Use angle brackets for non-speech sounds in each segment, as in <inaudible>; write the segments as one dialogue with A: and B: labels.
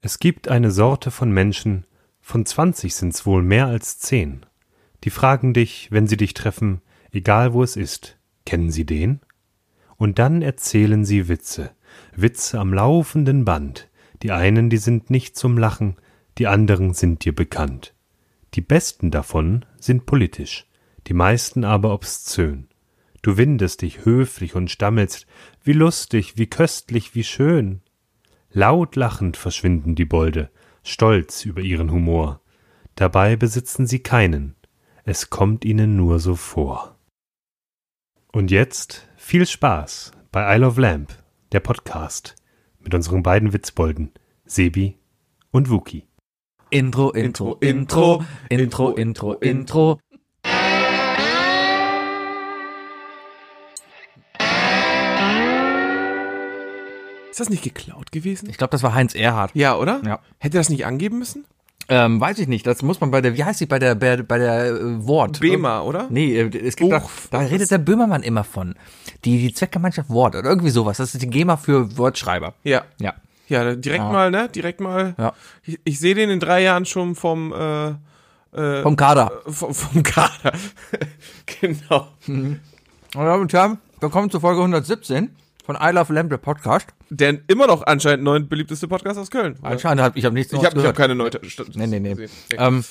A: Es gibt eine Sorte von Menschen, von 20 sind's wohl mehr als 10, die fragen dich, wenn sie dich treffen, egal wo es ist, kennen Sie den? Und dann erzählen sie Witze, Witze am laufenden Band, die einen, die sind nicht zum Lachen, die anderen sind dir bekannt. Die besten davon sind politisch, die meisten aber obszön. Du windest dich höflich und stammelst, wie lustig, wie köstlich, wie schön. Laut lachend verschwinden die Bolde, stolz über ihren Humor. Dabei besitzen sie keinen, es kommt ihnen nur so vor. Und jetzt viel Spaß bei Isle of Lamp, der Podcast, mit unseren beiden Witzbolden, Sebi und Wookie.
B: Intro, Intro, Intro, Intro, Intro, Intro.
C: Ist das nicht geklaut gewesen?
B: Ich glaube, das war Heinz Erhardt.
C: Ja, oder?
B: Ja.
C: Hätte das nicht angeben müssen?
B: Ähm, weiß ich nicht, das muss man bei der, wie heißt die, bei der, bei, bei der äh, Wort.
C: Bema, oder?
B: Nee, äh, es gibt
C: Och,
B: da, da redet der Böhmermann immer von. Die, die Zweckgemeinschaft Wort oder irgendwie sowas. Das ist die GEMA für Wortschreiber.
C: Ja.
B: Ja.
C: Ja, direkt mal, ne? Direkt mal.
B: Ja.
C: Ich, ich sehe den in drei Jahren schon vom, äh,
B: Vom Kader.
C: vom, vom Kader. <laughs> genau.
B: Äh, Meine Damen und Herren, willkommen zur Folge 117 von I Love Lamp, der Podcast.
C: Der immer noch anscheinend neun beliebteste Podcast aus Köln. oder?
B: Anscheinend habe ich hab nichts
C: Ich
B: Neues
C: habe
B: gehört.
C: hab keine neue.
B: Nee, nee, nee. Ähm,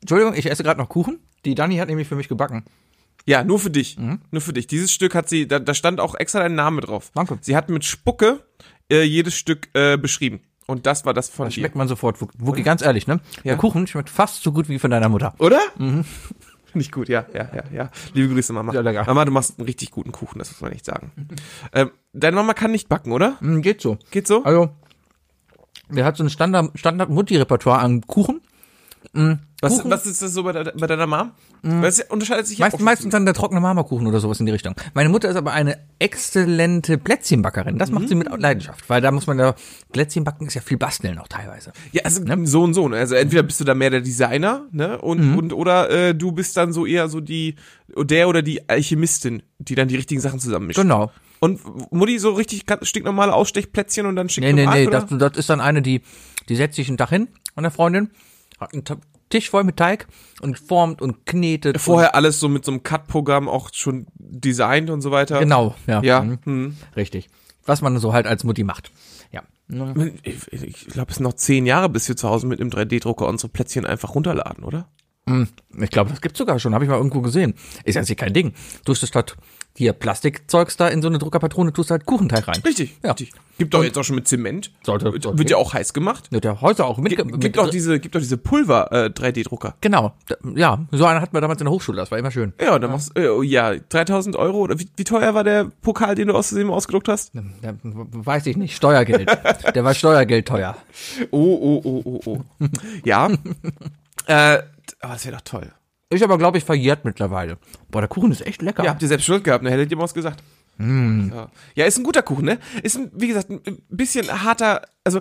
B: Entschuldigung, ich esse gerade noch Kuchen. Die Dani hat nämlich für mich gebacken.
C: Ja, nur für dich.
B: Mhm.
C: Nur für dich. Dieses Stück hat sie, da, da stand auch extra dein Name drauf.
B: Danke.
C: Sie hat mit Spucke äh, jedes Stück äh, beschrieben. Und das war das von dir.
B: Schmeckt man sofort. Wookie, ganz ehrlich, ne? Der Kuchen schmeckt fast so gut wie von deiner Mutter.
C: Oder?
B: Mhm.
C: <laughs> Finde ich gut, ja, ja, ja, ja. Liebe Grüße, Mama.
B: Sehr lecker.
C: Mama, du machst einen richtig guten Kuchen, das muss man
B: <laughs>
C: echt sagen. ähm, deine Mama kann nicht backen, oder?
B: Hm, geht so.
C: Geht so?
B: Also, der hat so ein Standard, Standard Mutti-Repertoire an Kuchen.
C: Was,
B: Kuchen- Mhm.
C: was ist das so bei, de bei deiner Mom? Das unterscheidet sich ja
B: Meist,
C: auch
B: meistens dann der trockene Marmorkuchen oder sowas in die Richtung. Meine Mutter ist aber eine exzellente Plätzchenbackerin. Das macht sie mit Leidenschaft, weil da muss man ja, Plätzchen backen ist ja viel basteln auch teilweise.
C: Ja, also so und so. ne? Also entweder bist du da mehr der Designer, ne? Und,
B: Mhm.
C: und oder äh, du bist dann so eher so die, der oder die Alchemistin, die dann die richtigen Sachen zusammenmischt.
B: Genau.
C: Und Mutti so richtig ganz stinknormale Ausstechplätzchen und dann schickt
B: Nee, nee, nee,
C: oder?
B: das, das ist dann eine, die, die setzt sich einen Tag hin an der Freundin, hat einen Ta- Tisch voll mit Teig und formt und knetet.
C: Vorher alles so mit so einem Cut-Programm auch schon designt und so weiter.
B: Und, genau, ja.
C: Ja.
B: Mhm.
C: Hm.
B: Richtig. Was man so halt als Mutti macht. Ja.
C: Hm. Ich, ich glaube, es sind noch zehn Jahre, bis wir zu Hause mit einem 3D-Drucker unsere Plätzchen einfach runterladen, oder?
B: Ich glaube, das gibt's sogar schon, habe ich mal irgendwo gesehen. Ist ja jetzt hier kein Ding. Tust du statt hier Plastikzeugs da in so eine Druckerpatrone, tust du halt Kuchenteig rein.
C: Richtig,
B: Ja.
C: richtig. Gibt doch jetzt auch schon mit Zement.
B: Sollte-
C: wird,
B: sollte-
C: wird ja auch heiß gemacht.
B: Wird ja Häuser auch mit, mit
C: Gibt auch diese, gibt auch diese äh, Pulver-3D-Drucker.
B: Genau. Da- Ja, so einen hatten wir damals in der Hochschule, das war immer schön.
C: ja, dann machst äh, oh ja, 3000 Euro oder wie, wie teuer war der Pokal, den du aus Versehen mal ausgedruckt hast?
B: Da, weiß ich nicht,
C: <laughs>
B: Steuergeld. der war Steuergeld teuer.
C: Oh, oh, oh, oh, oh.
B: <laughs>
C: ja. Äh, aber das wäre doch toll.
B: Ist aber, glaube ich, verjährt mittlerweile. Boah, der Kuchen ist echt lecker.
C: Ja, habt ihr selbst Schuld gehabt, ne? Hättet ihr mal was gesagt.
B: Hm.
C: Ja. ja, ist ein guter Kuchen, ne? Ist, ein, wie gesagt, ein bisschen harter, also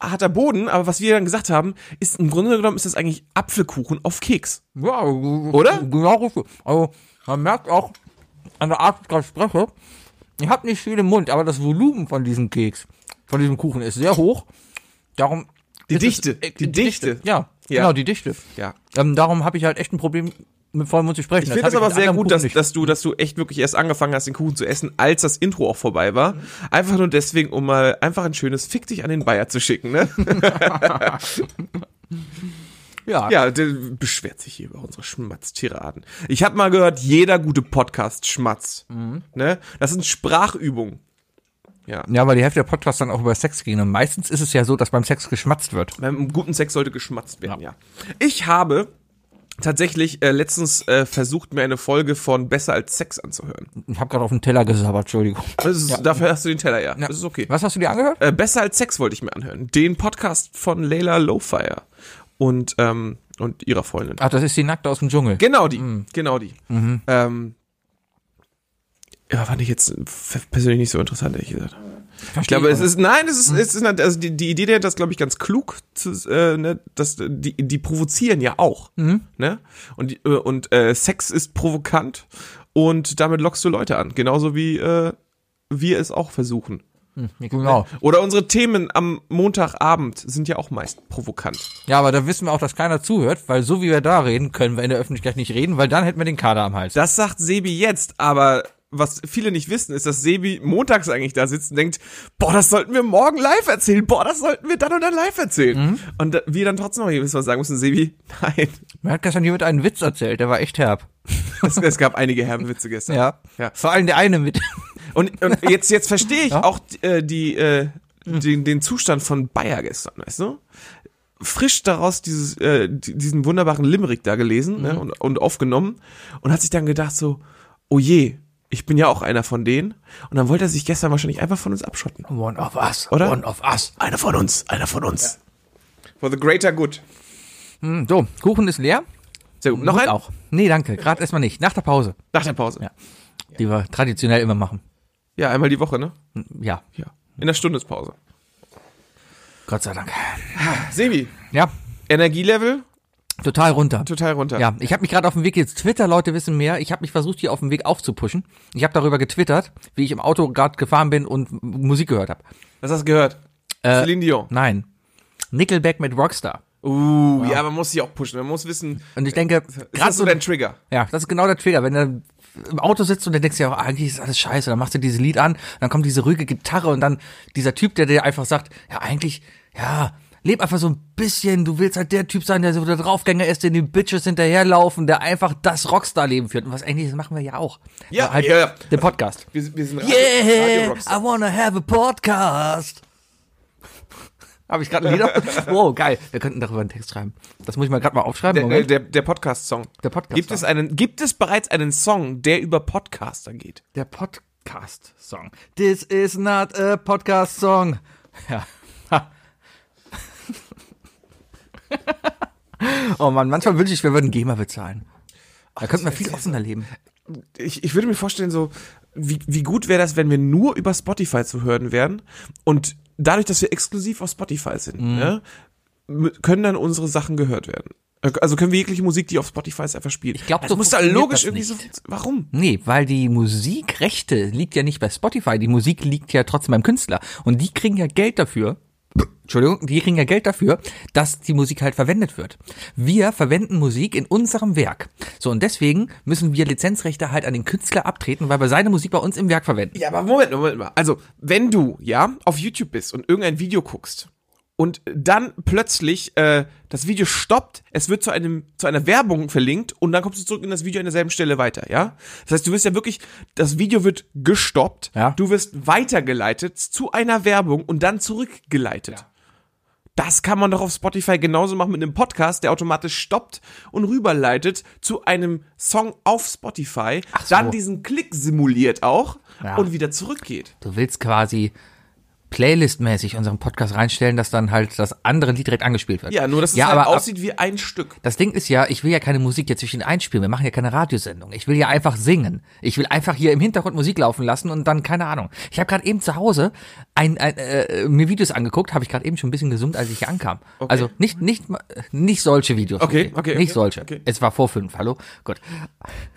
C: harter Boden, aber was wir dann gesagt haben, ist im Grunde genommen ist das eigentlich Apfelkuchen auf Keks.
B: ja
C: Oder?
B: oder? Genau richtig. Also, man merkt auch an der Art, wie ich gerade spreche, ich habe nicht viel im Mund, aber das Volumen von diesem Keks, von diesem Kuchen ist sehr hoch. Darum.
C: Die
B: ist
C: Dichte,
B: äh,
C: die Dichte.
B: Ja,
C: Ja.
B: genau, die Dichte.
C: Ja.
B: Ähm, darum habe ich halt echt ein Problem, mit vollem Mund zu sprechen.
C: Ich finde das
B: hab
C: aber
B: mit
C: sehr
B: anderen
C: gut,
B: Kuchen
C: dass,
B: nicht.
C: dass, du, dass du echt wirklich erst angefangen hast, den Kuchen zu essen, als das Intro auch vorbei war.
B: Mhm.
C: Einfach nur deswegen, um mal einfach ein schönes Fick dich an den Bayer zu schicken,
B: <laughs>
C: ne?
B: ja.
C: Ja, der beschwert sich hier über unsere Schmatztiraden. Ich habe mal gehört, jeder gute Podcast schmatzt.
B: Mhm.
C: Ne? Das sind Sprachübungen. Ja.
B: Ja, weil die Hälfte der Podcasts dann auch über Sex gehen. Und meistens ist es ja so, dass beim Sex geschmatzt wird.
C: Beim guten Sex sollte geschmatzt werden, ja. Ich habe tatsächlich äh, letztens äh, versucht, mir eine Folge von Besser als Sex anzuhören.
B: Ich habe gerade auf den Teller gesabbert, Entschuldigung.
C: Das ist, Dafür hast du den Teller, ja.
B: Ja.
C: Das ist okay.
B: Was hast du dir angehört?
C: Äh, Besser als Sex wollte ich mir anhören. Den Podcast von Layla Lowfire und, ähm, und ihrer Freundin.
B: Ach, das ist die Nackte aus dem Dschungel.
C: Genau die, genau die. Ähm, ja, fand ich jetzt f- persönlich nicht so interessant, ehrlich gesagt. Ich glaube, es ist, nein, es ist, es ist, also die, die Idee dahinter ist, glaube ich, ganz klug, zu, äh, ne, dass, die, die provozieren ja auch, ne? Und, die- äh, und äh, Sex ist provokant und damit lockst du Leute an, genauso wie äh, wir es auch versuchen.
B: Genau.
C: Oder unsere Themen am Montagabend sind ja auch meist provokant.
B: Ja, aber da wissen wir auch, dass keiner zuhört, weil so wie wir da reden, können wir in der Öffentlichkeit nicht reden, weil dann hätten wir den Kader am Hals.
C: Das sagt Sebi jetzt, aber was viele nicht wissen, ist, dass Sebi montags eigentlich da sitzt und denkt, boah, das sollten wir morgen live erzählen, boah, das sollten wir dann und dann live erzählen. Und da- wir dann trotzdem noch jedes Mal sagen müssen, Sebi, <laughs> nein.
B: Mir hat gestern jemand einen Witz erzählt, der war echt herb.
C: Es, es gab einige herben Witze gestern.
B: Ja.
C: ja.
B: Vor allem der eine mit.
C: Und, <laughs> und jetzt, jetzt verstehe ich auch äh, die, äh, den, den Zustand von Bayer gestern, weißt du? Frisch daraus dieses, äh, di- diesen wunderbaren Limerick da gelesen ne, und, und aufgenommen und hat sich dann gedacht so, oh je, ich bin ja auch einer von denen. Und dann wollte er sich gestern wahrscheinlich einfach von uns abschotten.
B: <laughs> One of us.
C: Oder?
B: One of us.
C: Einer von uns, einer von uns. For the greater good.
B: Hm, So, Kuchen ist leer.
C: Sehr gut. Noch
B: Mut
C: ein?
B: auch. Nee, danke. Gerade erstmal nicht. Nach der Pause,
C: Nach der Pause.
B: Ja.
C: Ja.
B: die wir traditionell immer machen.
C: einmal die Woche, ne?
B: Ja,
C: Ja. In der Stunde ist Pause.
B: Gott sei Dank.
C: Sebi,
B: Ja,
C: Energielevel
B: total runter.
C: total runter.
B: Ja, ich habe mich gerade auf dem Weg jetzt Twitter, Leute wissen mehr. Ich habe mich versucht hier auf dem Weg aufzupuschen. Ich habe darüber getwittert, wie ich im Auto gerade gefahren bin und M- Musik gehört habe.
C: Was hast du gehört?
B: Äh,
C: Celine Dion.
B: Nein. Nickelback mit Rockstar.
C: Uh, ja, man muss sich auch pushen. Man muss wissen,
B: Und ich denke,
C: ist
B: gerade
C: das so
B: so,
C: dein Trigger?
B: ja, das ist genau der Trigger, wenn du im Auto sitzt und dann denkst du ja, eigentlich ist alles scheiße, dann machst du dieses Lied an, dann kommt diese ruhige Gitarre und dann dieser Typ, der dir einfach sagt, ja, eigentlich, ja, leb einfach so ein bisschen, du willst halt der Typ sein, der so der Draufgänger ist, den die Bitches hinterherlaufen, der einfach das Rockstar-Leben führt. Und was eigentlich, das machen wir ja auch.
C: Ja,
B: halt
C: ja, ja.
B: den Podcast.
C: Wir, wir sind Radio, Radio
B: Yeah,
C: Rockstar.
B: I wanna have a podcast. <laughs> Habe ich gerade ein Lied auf? Wow, geil. Wir könnten darüber einen Text schreiben. Das muss ich mal gerade mal aufschreiben.
C: Der, äh,
B: Moment.
C: der, der Podcast-Song.
B: Der Podcast-Song.
C: Gibt es, einen, gibt es bereits einen Song, der über Podcaster geht?
B: Der Podcast-Song. This is not a Podcast-Song. Ja. Ha. <laughs> oh Mann, manchmal wünsche ich, wir würden GEMA bezahlen. Da könnten wir viel offener leben.
C: Ich, ich würde mir vorstellen, so, wie, wie gut wäre das, wenn wir nur über Spotify zu hören wären und dadurch, dass wir exklusiv auf Spotify sind,
B: Mhm.
C: ne, m- können dann unsere Sachen gehört werden. Also können wir jegliche Musik, die auf Spotify ist, einfach spielen.
B: Ich glaub,
C: das
B: so
C: muss da
B: funktioniert
C: logisch
B: das
C: irgendwie so.
B: nicht.
C: Warum?
B: Nee, weil die Musikrechte liegt ja nicht bei Spotify, die Musik liegt ja trotzdem beim Künstler. Und die kriegen ja Geld dafür. Entschuldigung, die kriegen ja Geld dafür, dass die Musik halt verwendet wird. Wir verwenden Musik in unserem Werk. So, und deswegen müssen wir Lizenzrechte halt an den Künstler abtreten, weil wir seine Musik bei uns im Werk verwenden.
C: Ja, aber Moment, Moment mal. Also, wenn du, ja, auf YouTube bist und irgendein Video guckst und dann plötzlich äh, das Video stoppt, es wird zu einem zu einer Werbung verlinkt und dann kommst du zurück in das Video an derselben Stelle weiter, ja? Das heißt, du wirst ja wirklich das Video wird gestoppt,
B: Ja.
C: du wirst weitergeleitet zu einer Werbung und dann zurückgeleitet. Das kann man doch auf Spotify genauso machen mit einem Podcast, der automatisch stoppt und rüberleitet zu einem Song auf Spotify,
B: Ach so.
C: dann diesen Klick simuliert auch
B: Ja.
C: und wieder zurückgeht.
B: Du willst quasi playlistmäßig unseren Podcast reinstellen, dass dann halt das andere Lied direkt angespielt wird.
C: Ja, nur dass es
B: ja,
C: halt
B: aber ab-
C: aussieht wie ein Stück.
B: Das Ding ist ja, ich will ja keine Musik jetzt zwischen einspielen. Wir machen ja keine Radiosendung. Ich will ja einfach singen. Ich will einfach hier im Hintergrund Musik laufen lassen und dann keine Ahnung. Ich habe gerade eben zu Hause ein, ein, äh, mir Videos angeguckt. Habe ich gerade eben schon ein bisschen gesummt, als ich hier ankam. Also nicht nicht mal- nicht solche Videos.
C: Okay, okay,
B: Nicht
C: okay,
B: solche.
C: okay.
B: Es war vor fünf. Hallo. Gut. <laughs>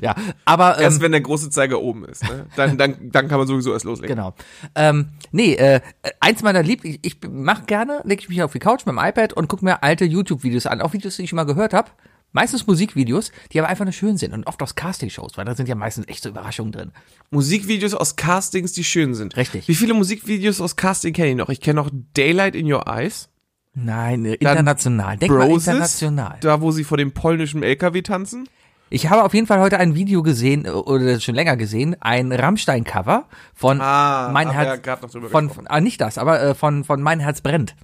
B: ja, aber ähm,
C: Erst wenn der große Zeiger oben ist, ne? dann, dann, dann kann man sowieso erst loslegen.
B: Genau. Ähm, nee, äh, eins meiner Lieb... Ich, ich mach gerne, lege ich mich auf die Couch mit dem iPad und gucke mir alte YouTube-Videos an. Auch Videos, die ich schon mal gehört habe. Meistens Musikvideos, die aber einfach nur schön sind. Und oft aus Casting-Shows, weil da sind ja meistens echt so Überraschungen drin.
C: Musikvideos aus Castings, die schön sind.
B: Genau. Richtig.
C: Wie viele Musikvideos aus Casting kenne ich noch? Ich kenne noch Daylight in Your Eyes.
B: Nein, äh, international. Denk mal
C: Roses,
B: international.
C: Da, wo sie vor dem polnischen LKW tanzen.
B: Ich habe auf jeden Fall heute ein Video gesehen, äh, oder schon länger gesehen, ein Rammstein-Cover von
C: Ah,
B: Mein
C: haben wir ja
B: Herz...
C: grad noch drüber
B: von,
C: gesprochen.
B: von, ah, nicht das, aber äh, von, von Mein Herz brennt.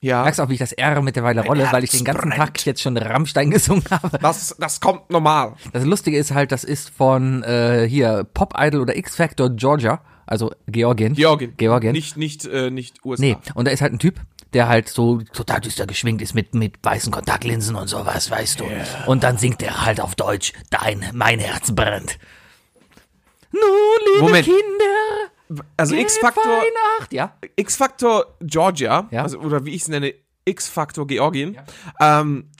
C: Ja.
B: Merkst auch, wie ich das R mittlerweile rolle, weil ich den ganzen
C: Herz
B: Tag jetzt schon Rammstein <laughs> gesungen habe.
C: Das, das kommt normal.
B: Das Lustige ist halt, das ist von äh, hier Pop Idol oder X Factor Georgia, also Georgien.
C: Georgien.
B: Georgien.
C: Nicht, nicht, äh, nicht USA.
B: nee, und da ist halt ein Typ, der halt so total düster geschwingt ist mit, mit weißen Kontaktlinsen und sowas, weißt du. Und dann singt er halt auf Deutsch, dein, mein Herz brennt. Nun, liebe
C: Moment.
B: Kinder,
C: Also X-Faktor,
B: Weihnacht. Ja,
C: X-Faktor Georgia,
B: Ja.
C: also, oder wie ich es nenne, X-Faktor Georgien, ähm,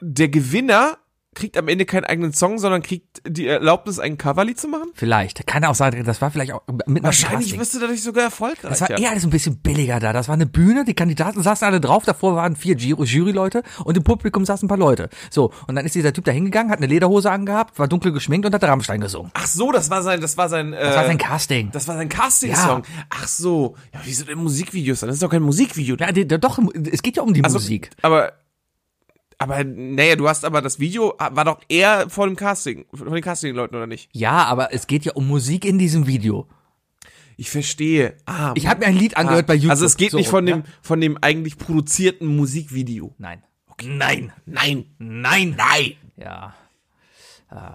C: der Gewinner kriegt am Ende keinen eigenen Song, sondern kriegt die Erlaubnis, ein Coverlied zu machen?
B: Vielleicht. Kann auch sein, das war vielleicht auch mit
C: Wahrscheinlich wirst du dadurch sogar erfolgreich.
B: Das war eher alles ein bisschen billiger da. Das war eine Bühne, die Kandidaten saßen alle drauf, davor waren vier Giro- Jury-Leute und im Publikum saßen ein paar Leute. So, und dann ist dieser Typ da hingegangen, hat eine Lederhose angehabt, war dunkel geschminkt und hat Rammstein gesungen.
C: Ach so, das war sein, das war sein, äh,
B: Das war sein Casting.
C: das war sein Casting-Song. Ach so. Ja, wieso denn Musikvideos? Dann ist doch kein Musikvideo.
B: ja, die, doch, es geht ja um die
C: Also,
B: Musik.
C: Aber, aber, naja, du hast aber das Video, ah, war doch eher vor dem Casting, von den Casting-Leuten, oder nicht?
B: Ja, aber es geht ja um Musik in diesem Video.
C: Ich verstehe. Ah,
B: Ich habe mir ein Lied angehört bei YouTube.
C: Also es geht
B: So,
C: nicht von
B: ja?
C: dem, von dem eigentlich produzierten Musikvideo.
B: Nein. Nein.
C: Nein.
B: Nein. Nein. Ja. Ah,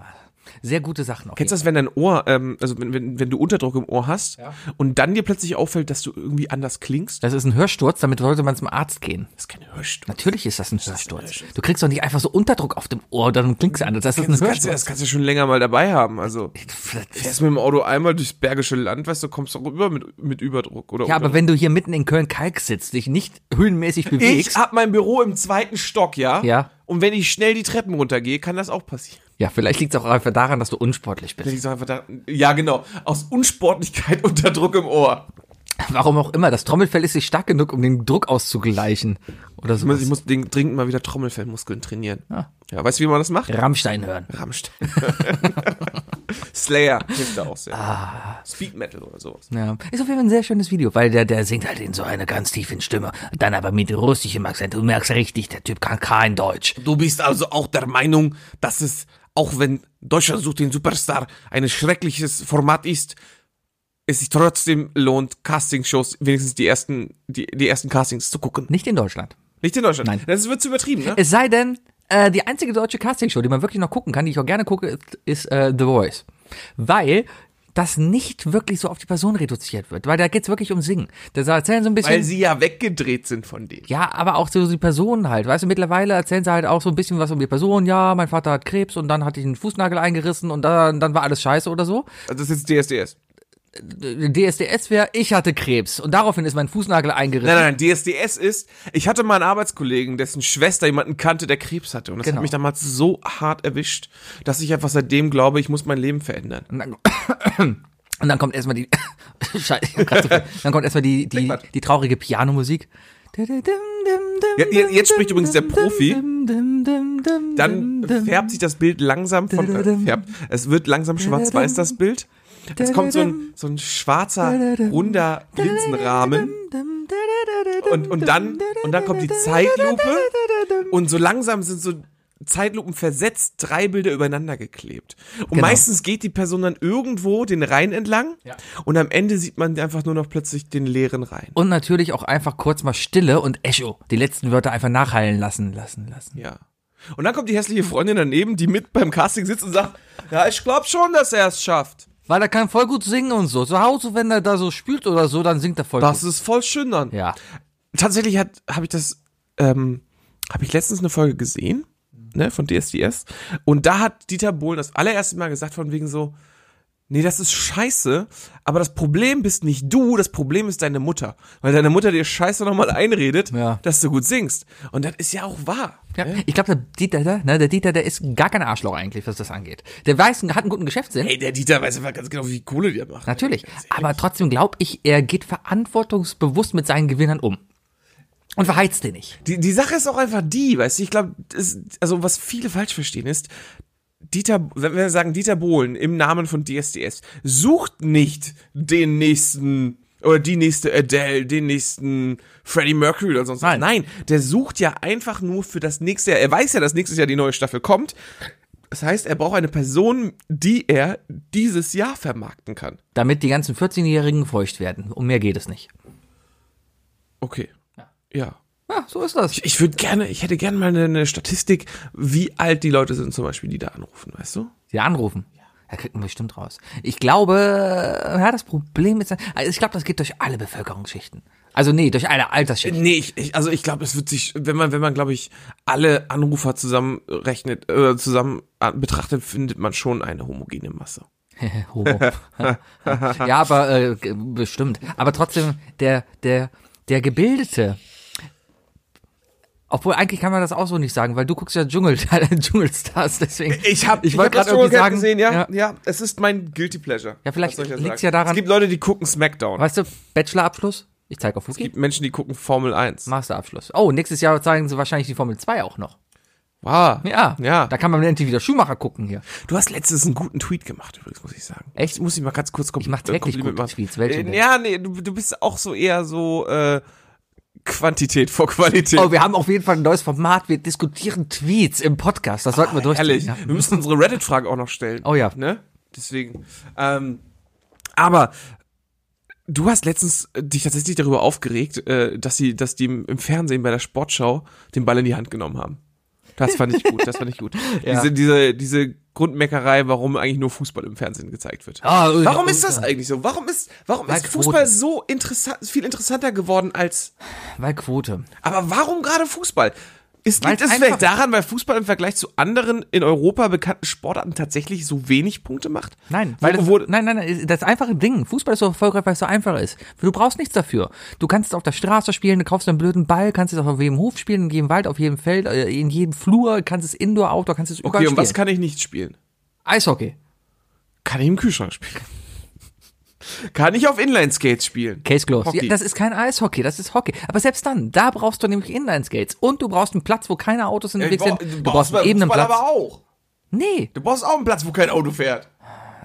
B: Sehr gute Sachen. auf
C: Kennst du das, wenn dein Ohr, ähm, also wenn, wenn, wenn du Unterdruck im Ohr hast und dann dir plötzlich auffällt, dass du irgendwie anders klingst?
B: Das ist ein Hörsturz, damit sollte man zum Arzt gehen.
C: Das ist kein Hörsturz.
B: Natürlich ist das ein Hörsturz. Du kriegst doch nicht einfach so Unterdruck auf dem Ohr, dann klingt es anders. Das ist ein
C: Das kannst, du, das
B: Hörsturz.
C: kannst du schon länger mal dabei haben. Also
B: Vielleicht ist-
C: fährst mit dem Auto einmal durchs Bergische Land, weißt du, kommst doch rüber mit, mit Überdruck oder
B: Ja, aber
C: Unterdruck.
B: wenn du hier mitten in Köln-Kalk sitzt, dich nicht höhenmäßig
C: ich
B: bewegst.
C: hab mein Büro im zweiten Stock, ja?
B: Ja.
C: Und wenn ich schnell die Treppen runtergehe, kann das auch passieren.
B: Ja, vielleicht liegt es auch einfach daran, dass du unsportlich
C: Dann
B: bist.
C: liegst du einfach da, ja, genau. Aus Unsportlichkeit <laughs> unter Druck im Ohr.
B: Warum auch immer. Das Trommelfell ist nicht stark genug, um den Druck auszugleichen. Oder
C: Also Ich muss, ich
B: so.
C: muss den, dringend mal wieder Trommelfellmuskeln trainieren.
B: Ja.
C: Ja, weißt du, wie man das macht?
B: Rammstein hören.
C: Rammstein. <laughs> Slayer Ah. hilft da auch sehr. Speed Metal oder sowas.
B: Ja, ist auf jeden Fall ein sehr schönes Video, weil der, der singt halt in so einer ganz tiefen Stimme. Dann aber mit russischem Akzent. Du merkst richtig, der Typ kann kein Deutsch.
C: Du bist also auch der Meinung, dass es, auch wenn Deutschland sucht den Superstar ein schreckliches Format ist, es sich trotzdem lohnt, Castingshows, wenigstens die ersten, die, die ersten Castings zu gucken.
B: Nicht in Deutschland.
C: Nicht in Deutschland.
B: Nein.
C: Das wird zu übertrieben, ne?
B: Es sei denn, äh, die einzige deutsche Castingshow, die man wirklich noch gucken kann, die ich auch gerne gucke, ist äh, The Voice. Weil das nicht wirklich so auf die Person reduziert wird. Weil da geht's wirklich um Singen. Da erzählen so ein bisschen...
C: Weil sie ja weggedreht sind von denen.
B: Ja, aber auch so die Personen halt. Weißt du, mittlerweile erzählen sie halt auch so ein bisschen was um die Person. Ja, mein Vater hat Krebs und dann hatte ich einen Fußnagel eingerissen und dann, dann war alles scheiße oder so.
C: Also das ist jetzt DSDS.
B: DSDS wäre, ich hatte Krebs und daraufhin ist mein Fußnagel eingerissen.
C: Nein, nein, nein, DSDS ist, ich hatte mal einen Arbeitskollegen, dessen Schwester jemanden kannte, der Krebs hatte. Und das
B: Genau.
C: hat mich damals so hart erwischt, dass ich einfach seitdem glaube, ich muss mein Leben verändern.
B: Und dann, <coughs> und dann kommt erstmal die <coughs> Scheiße, ich hab grad so viel. dann kommt erstmal die, die, die traurige Pianomusik.
C: Ja, je- jetzt spricht übrigens der Profi. Dann
B: Dann
C: färbt sich das Bild langsam von, äh, färbt, es wird langsam schwarz-weiß, das Bild. Es kommt so ein, so ein schwarzer, runder Linsenrahmen. Und, und dann, und dann kommt die Zeitlupe. Und so langsam sind so Zeitlupen versetzt drei Bilder übereinander geklebt. Und
B: Genau.
C: meistens geht die Person dann irgendwo den Rhein entlang und am Ende sieht man einfach nur noch plötzlich den leeren Rhein.
B: Und natürlich auch einfach kurz mal Stille und Echo. Die letzten Wörter einfach nachhallen lassen, lassen, lassen.
C: Ja. Und dann kommt die hässliche Freundin daneben, die mit beim Casting sitzt und sagt, ja, ich glaube schon, dass er es schafft.
B: Weil er kann voll gut singen und so. Zu Hause, wenn er da so spült oder so, dann singt er voll
C: Das
B: gut.
C: ist voll schön dann.
B: Ja.
C: tatsächlich hat habe ich das ähm, habe ich letztens eine Folge gesehen
B: Mhm.
C: ne von DSDS und da hat Dieter Bohlen das allererste Mal gesagt von wegen so nee das ist scheiße aber das Problem bist nicht du das Problem ist deine Mutter weil deine Mutter dir scheiße nochmal einredet
B: Ja.
C: dass du gut singst und das ist ja auch wahr
B: Ja,
C: ne?
B: ich glaube, der Dieter, da, ne, der Dieter, der ist gar kein Arschloch eigentlich, was das angeht. Der weiß, hat einen guten Geschäftssinn.
C: Ey, der Dieter weiß einfach ganz genau, wie viel Kohle der macht.
B: Natürlich. Aber trotzdem glaube ich, er geht verantwortungsbewusst mit seinen Gewinnern um. Und verheizt den nicht.
C: Die, die Sache ist auch einfach die, weißt du, ich glaube, also was viele falsch verstehen ist, Dieter, wenn wir sagen Dieter Bohlen im Namen von DSDS, sucht nicht den nächsten oder die nächste Adele, den nächsten Freddie Mercury oder sonst was.
B: Nein.
C: Nein, der sucht ja einfach nur für das nächste Jahr. Er weiß ja, dass nächstes Jahr die neue Staffel kommt. Das heißt, er braucht eine Person, die er dieses Jahr vermarkten kann.
B: Damit die ganzen 14-Jährigen gefeucht werden. Um mehr geht es nicht.
C: Okay. ja.
B: Ja, so ist das.
C: Ich, ich würde gerne, ich hätte gerne mal eine, eine Statistik, wie alt die Leute sind, zum Beispiel, die da anrufen, weißt du?
B: Sie anrufen. Da kriegt man bestimmt raus. Ich glaube, ja, das Problem ist, also ich glaube, das geht durch alle Bevölkerungsschichten. Also nee, durch alle Altersschichten.
C: Nee, ich, ich, also ich glaube, es wird sich, wenn man, wenn man, glaube ich, alle Anrufer zusammenrechnet, äh, zusammen an- betrachtet, findet man schon eine homogene Masse.
B: <laughs> Homo. ja, aber äh, g- bestimmt. Aber trotzdem, der, der, der Gebildete, Obwohl, eigentlich kann man das auch so nicht sagen, weil du guckst ja Dschungel, <laughs> Dschungelstars, deswegen.
C: Ich habe
B: Ich wollte gerade irgendwie sagen-
C: gesehen, ja,
B: ja.
C: ja. Es ist mein Guilty Pleasure.
B: Ja, vielleicht
C: Was soll ich
B: liegt's
C: sagen?
B: ja daran-
C: Es gibt Leute, die gucken Smackdown.
B: Weißt du, Bachelorabschluss? Ich zeig auf
C: Es
B: Wiki.
C: gibt Menschen, die gucken Formel 1.
B: Masterabschluss. Oh, nächstes Jahr zeigen sie wahrscheinlich die Formel 2 auch noch.
C: Wow.
B: Ja.
C: Ja.
B: Da kann man endlich wieder Schumacher gucken hier.
C: Du hast letztens einen guten Tweet gemacht, übrigens, muss ich sagen.
B: Echt?
C: Ich muss ich mal ganz kurz
B: Ich mach täglich gute Tweets. Welche denn?
C: äh, ja, nee, du, du bist auch so eher so äh, Quantität vor Qualität.
B: Oh, wir haben auf jeden Fall ein neues Format. Wir diskutieren Tweets im Podcast. Das sollten wir durchziehen.
C: Ah, Ehrlich,
B: Ja.
C: wir müssen unsere Reddit-Frage auch noch stellen.
B: Oh ja.
C: Ne? Deswegen. Ähm, aber du hast letztens äh, dich tatsächlich darüber aufgeregt, äh, dass sie, dass die im im Fernsehen bei der Sportschau den Ball in die Hand genommen haben. Das fand ich gut, das fand ich gut.
B: <laughs> Ja.
C: Diese, diese, diese Grundmeckerei, warum eigentlich nur Fußball im Fernsehen gezeigt wird.
B: Ah, ja,
C: warum ist
B: und-
C: das eigentlich so? Warum ist, warum
B: Weil
C: ist Fußball
B: Quoten.
C: so interessant, viel interessanter geworden als
B: Weil Quote.
C: aber warum gerade Fußball? Es
B: Weil's
C: liegt es
B: einfach-
C: vielleicht daran, weil Fußball im Vergleich zu anderen in Europa bekannten Sportarten tatsächlich so wenig Punkte macht?
B: Nein,
C: weil
B: weil
C: wo,
B: das,
C: wo,
B: nein, nein, nein, das einfache Ding. Fußball ist so erfolgreich, weil es so einfach ist. Du brauchst nichts dafür. Du kannst es auf der Straße spielen, du kaufst einen blöden Ball, kannst es auf jedem Hof spielen, in jedem Wald, auf jedem Feld, äh, in jedem Flur, kannst es Indoor, Outdoor, kannst es überall
C: okay, und
B: spielen.
C: was kann ich nicht spielen?
B: Eishockey,
C: Kann ich im Kühlschrank spielen? <laughs> kann ich auf Inline-Skates spielen?
B: Case Closed.
C: Hockey.
B: Ja, das ist kein Eishockey, das ist Hockey. Aber selbst dann, da brauchst du nämlich Inline-Skates und du brauchst einen Platz, wo keine Autos
C: Ja,
B: unterwegs
C: brauch-
B: sind. Du brauchst einen
C: beim
B: ebenen
C: Fußball
B: Platz.
C: aber auch.
B: Nee,
C: Du brauchst auch einen Platz, wo kein Auto fährt.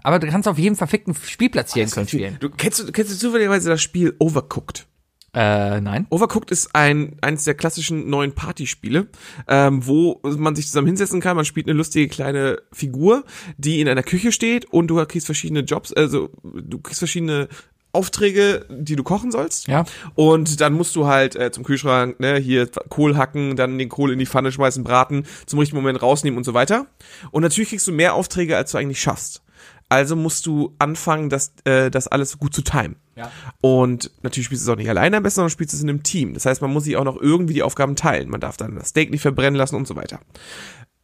B: aber du kannst auf jedem verfickten Spielplatz hier in Köln spielen.
C: Du, kennst, du, kennst du zufälligerweise das Spiel Overcooked?
B: Äh, nein.
C: Overcooked ist ein eines der klassischen neuen Partyspiele, ähm, wo man sich zusammen hinsetzen kann. Man spielt eine lustige kleine Figur, die in einer Küche steht und du kriegst verschiedene Jobs, also du kriegst verschiedene Aufträge, die du kochen sollst.
B: Ja.
C: Und dann musst du halt äh, zum Kühlschrank, ne, hier Kohl hacken, dann den Kohl in die Pfanne schmeißen, braten, zum richtigen Moment rausnehmen und so weiter. Und natürlich kriegst du mehr Aufträge, als du eigentlich schaffst. Also musst du anfangen, das, äh, das alles gut zu timen.
B: Ja.
C: Und natürlich spielst du es auch nicht alleine am besten, sondern spielst es in einem Team. Das heißt, man muss sich auch noch irgendwie die Aufgaben teilen. Man darf dann das Steak nicht verbrennen lassen und so weiter.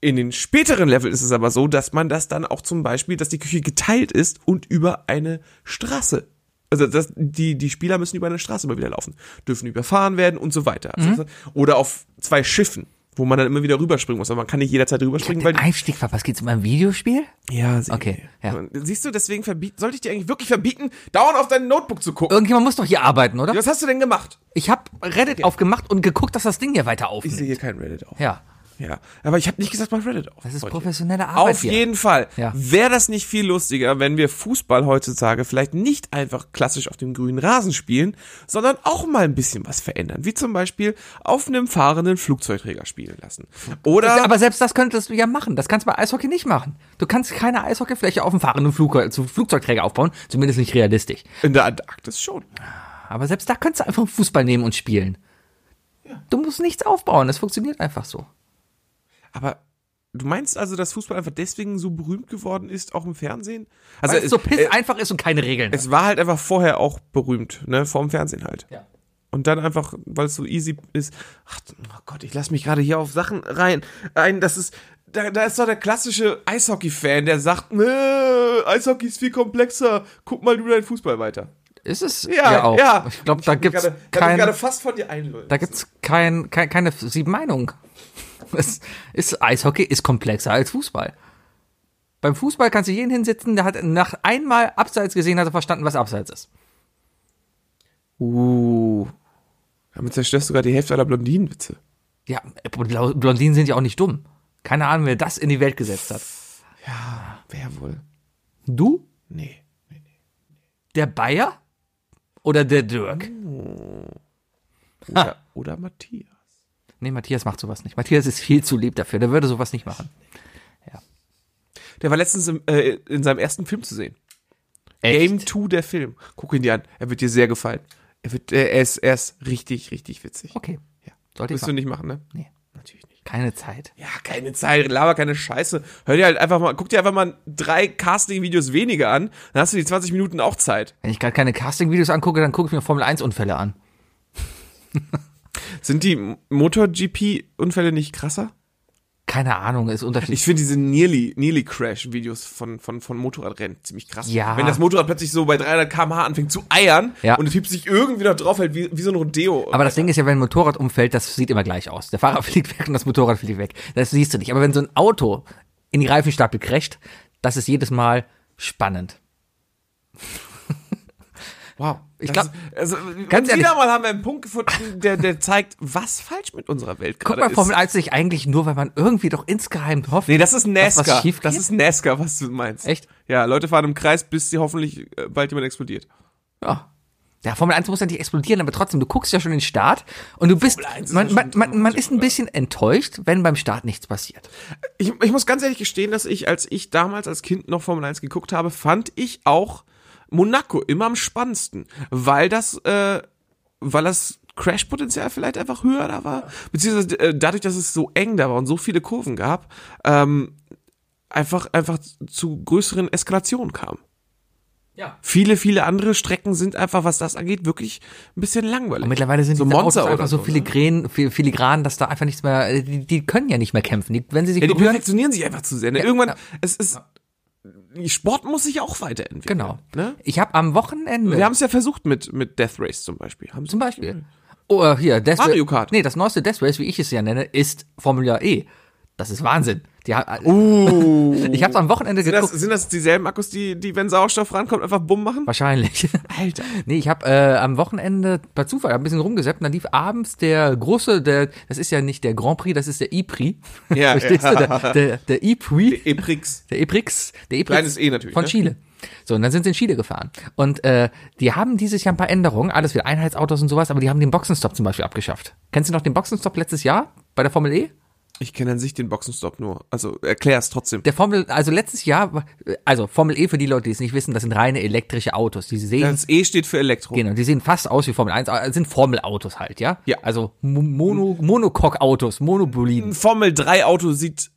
C: In den späteren Leveln ist es aber so, dass man das dann auch zum Beispiel, dass die Küche geteilt ist und über eine Straße. Also das, die, die Spieler müssen über eine Straße immer wieder laufen, dürfen überfahren werden und so weiter.
B: Mhm.
C: Also, Oder auf zwei Schiffen, wo man dann immer wieder rüberspringen muss. Aber man kann nicht jederzeit rüberspringen, Oh, weil
B: Den Einstieg, ver- was geht's um ein Videospiel?
C: ja, sie-
B: Okay, ja.
C: Siehst du, deswegen verbieten, sollte ich dir eigentlich wirklich verbieten, dauernd auf dein Notebook zu gucken.
B: Irgendjemand muss doch hier arbeiten, oder?
C: Was hast du denn gemacht?
B: Ich habe Reddit aufgemacht und geguckt, dass das Ding hier weiter
C: Ich sehe
B: aufnimmt.
C: hier kein Reddit auf.
B: Ja,
C: Ja. Aber ich habe nicht gesagt, mach Reddit auf.
B: das ist
C: Heute.
B: professionelle Arbeit
C: Auf
B: hier.
C: jeden Fall.
B: Ja.
C: Wäre das nicht viel lustiger, wenn wir Fußball heutzutage vielleicht nicht einfach klassisch auf dem grünen Rasen spielen, sondern auch mal ein bisschen was verändern. Wie zum Beispiel auf einem fahrenden Flugzeugträger spielen lassen. Oder
B: Aber selbst das könntest du ja machen. Das kannst du bei Eishockey nicht machen. Du kannst keine Eishockeyfläche auf dem fahrenden Flug äh, zu Flugzeugträger aufbauen, zumindest nicht realistisch.
C: in der Antarktis schon.
B: Aber selbst da könntest du einfach Fußball nehmen und spielen. Du musst nichts aufbauen, das funktioniert einfach so.
C: Also Aber du meinst also, dass Fußball einfach deswegen so berühmt geworden ist, auch im Fernsehen? Also
B: Weil es so piss
C: äh,
B: einfach ist und keine Regeln.
C: es war halt einfach vorher auch berühmt, ne, vorm Fernsehen halt.
B: Ja.
C: Und dann einfach, weil es so easy ist. Ach oh Gott, ich lasse mich gerade hier auf Sachen rein. Ein, das ist, da, da ist doch der klassische Eishockey-Fan, der sagt, nee, Eishockey ist viel komplexer. Guck mal du dein Fußball weiter.
B: ist es
C: Ja, ja.
B: auch. Ich glaube, da
C: hab mich
B: gibt's
C: gerade- ich hab mich gerade
B: kein,
C: fast von dir einlösen.
B: da gibt's kein, kein, keine sieben Meinung. Es ist, Eishockey ist komplexer als Fußball. Beim Fußball kannst du jeden hinsetzen, der hat nach einmal abseits gesehen, hat er verstanden, was abseits ist.
C: Uh. Damit zerstörst du gerade die Hälfte aller Blondinenwitze.
B: Ja, Blau- Blondinen sind ja auch nicht dumm. Keine Ahnung, wer das in die Welt gesetzt hat.
C: Wer wohl?
B: Du? <laughs>
C: Nee.
B: Der Bayer? Oder der Dirk?
C: Oder, oder Matthias.
B: Nee, Matthias macht sowas nicht. Matthias ist viel zu lieb dafür. Der würde sowas nicht machen.
C: Der war letztens im, äh, in seinem ersten Film zu sehen. Game 2 der Film. Guck ihn dir an. Er wird dir sehr gefallen. Er, wird, äh, er, ist, er ist richtig, richtig witzig.
B: Okay.
C: Ja.
B: Sollte ich
C: Willst du
B: machen.
C: nicht machen, ne?
B: Nee.
C: Natürlich nicht.
B: Keine Zeit.
C: Ja, keine Zeit, laber keine Scheiße. Hör dir halt einfach mal, guck dir einfach mal drei Casting-Videos weniger an, dann hast du die 20 Minuten auch Zeit.
B: Wenn ich gerade keine Casting-Videos angucke, dann gucke ich mir Formel-1-Unfälle an.
C: Sind die MotoGP-Unfälle nicht krasser?
B: keine Ahnung, ist unterschiedlich.
C: Ich finde diese Nearly, Nearly Crash Videos von, von, von Motorradrennen ziemlich krass.
B: Ja.
C: Wenn das Motorrad plötzlich so bei 300 km/h anfängt zu eiern
B: Ja.
C: und es hebt sich irgendwie noch drauf, halt wie, wie so ein Rodeo.
B: Aber das Ding ist ja, wenn ein Motorrad umfällt, das sieht immer gleich aus. Der Fahrer <laughs> fliegt weg und das Motorrad fliegt weg. Das siehst du nicht. Aber wenn so ein Auto in die Reifenstapel crasht, das ist jedes Mal spannend.
C: wow.
B: ich
C: Ich
B: glaub-
C: glaube, also,
B: Ganz
C: ganz wieder
B: ehrlich.
C: mal haben wir einen Punkt gefunden, der, der zeigt, was falsch mit unserer Welt
B: Guck
C: gerade
B: mal,
C: ist.
B: Formel 1 nicht eigentlich nur, weil man irgendwie doch insgeheim hofft.
C: Nee, das ist
B: Dass was
C: NASCAR.
B: schief
C: Das
B: geht?
C: ist NASCAR, was du meinst.
B: Echt?
C: Ja, Leute fahren im Kreis, bis sie hoffentlich äh, bald jemand explodiert.
B: Ja. Ja, Formel 1 muss ja nicht explodieren, aber trotzdem, du guckst ja schon den Start und du bist, man, man, man, man ist ein bisschen enttäuscht, wenn beim Start nichts passiert.
C: Ich, ich muss ganz ehrlich gestehen, dass ich, als ich damals als Kind noch Formel 1 geguckt habe, fand ich auch Monaco immer am spannendsten, weil das, äh, weil das Crash-Potenzial vielleicht einfach höher da war, beziehungsweise äh, dadurch, dass es so eng da war und so viele Kurven gab, ähm, einfach, einfach zu größeren Eskalationen kam.
B: Ja.
C: Viele, viele andere Strecken sind einfach, was das angeht, wirklich ein bisschen langweilig.
B: Und mittlerweile sind
C: so
B: diese Autos
C: Monster
B: einfach
C: oder
B: so
C: so. ne?
B: filigran, viel- filigran, dass da einfach nichts mehr, die, die können ja nicht mehr kämpfen. Die, wenn sie sich
C: Ja, die
B: berühren,
C: perfektionieren sich einfach zu sehr. Ne?
B: Ja,
C: Irgendwann,
B: ja.
C: es ist. Sport muss sich auch weiterentwickeln.
B: Genau.
C: Ne?
B: Ich habe am Wochenende.
C: Wir haben es ja versucht mit, mit Death Race zum Beispiel. Haben
B: zum Beispiel. Oh, äh, hier, Death
C: Mario
B: Race-
C: Kart.
B: Nee, das neueste Death Race, wie ich es ja nenne, ist Formula E. Das ist Wahnsinn. Die, ha-
C: <laughs> Uh.
B: ich habe am Wochenende
C: sind, Oh. das,
B: geguckt.
C: sind das dieselben Akkus, die, die, wenn Sauerstoff rankommt, einfach bumm machen?
B: Wahrscheinlich.
C: Alter.
B: <laughs> Nee, ich habe äh, am Wochenende per Zufall ein bisschen rumgesäppt und dann lief abends der große, der, das ist ja nicht der Grand Prix, das ist der E-Prix.
C: Ja,
B: <laughs> Verstehst
C: ja.
B: du? Der, der, der E-Prix.
C: Eprix.
B: Der E-Prix. Der E-Prix.
C: Kleines E natürlich,
B: Von
C: ne?
B: Chile. So, und dann sind sie in Chile gefahren. Und äh, die haben dieses Jahr ein paar Änderungen, alles wieder Einheitsautos und sowas, aber die haben den Boxenstopp zum Beispiel abgeschafft. Kennst du noch den Boxenstopp letztes Jahr bei der Formel E?
C: Ich kenne an sich den Boxenstopp nur. Also erklär es trotzdem.
B: Der Formel, also letztes Jahr, war- also Formel E für die Leute, die es nicht wissen, das sind reine elektrische Autos. Die sehen
C: Das E steht für Elektro.
B: Genau, die sehen fast aus wie Formel 1, aber sind Formelautos halt, ja?
C: Ja.
B: Also Mo- Mono, Monocoque-Autos, Monoboliden.
C: Ein Formel 3 Auto sieht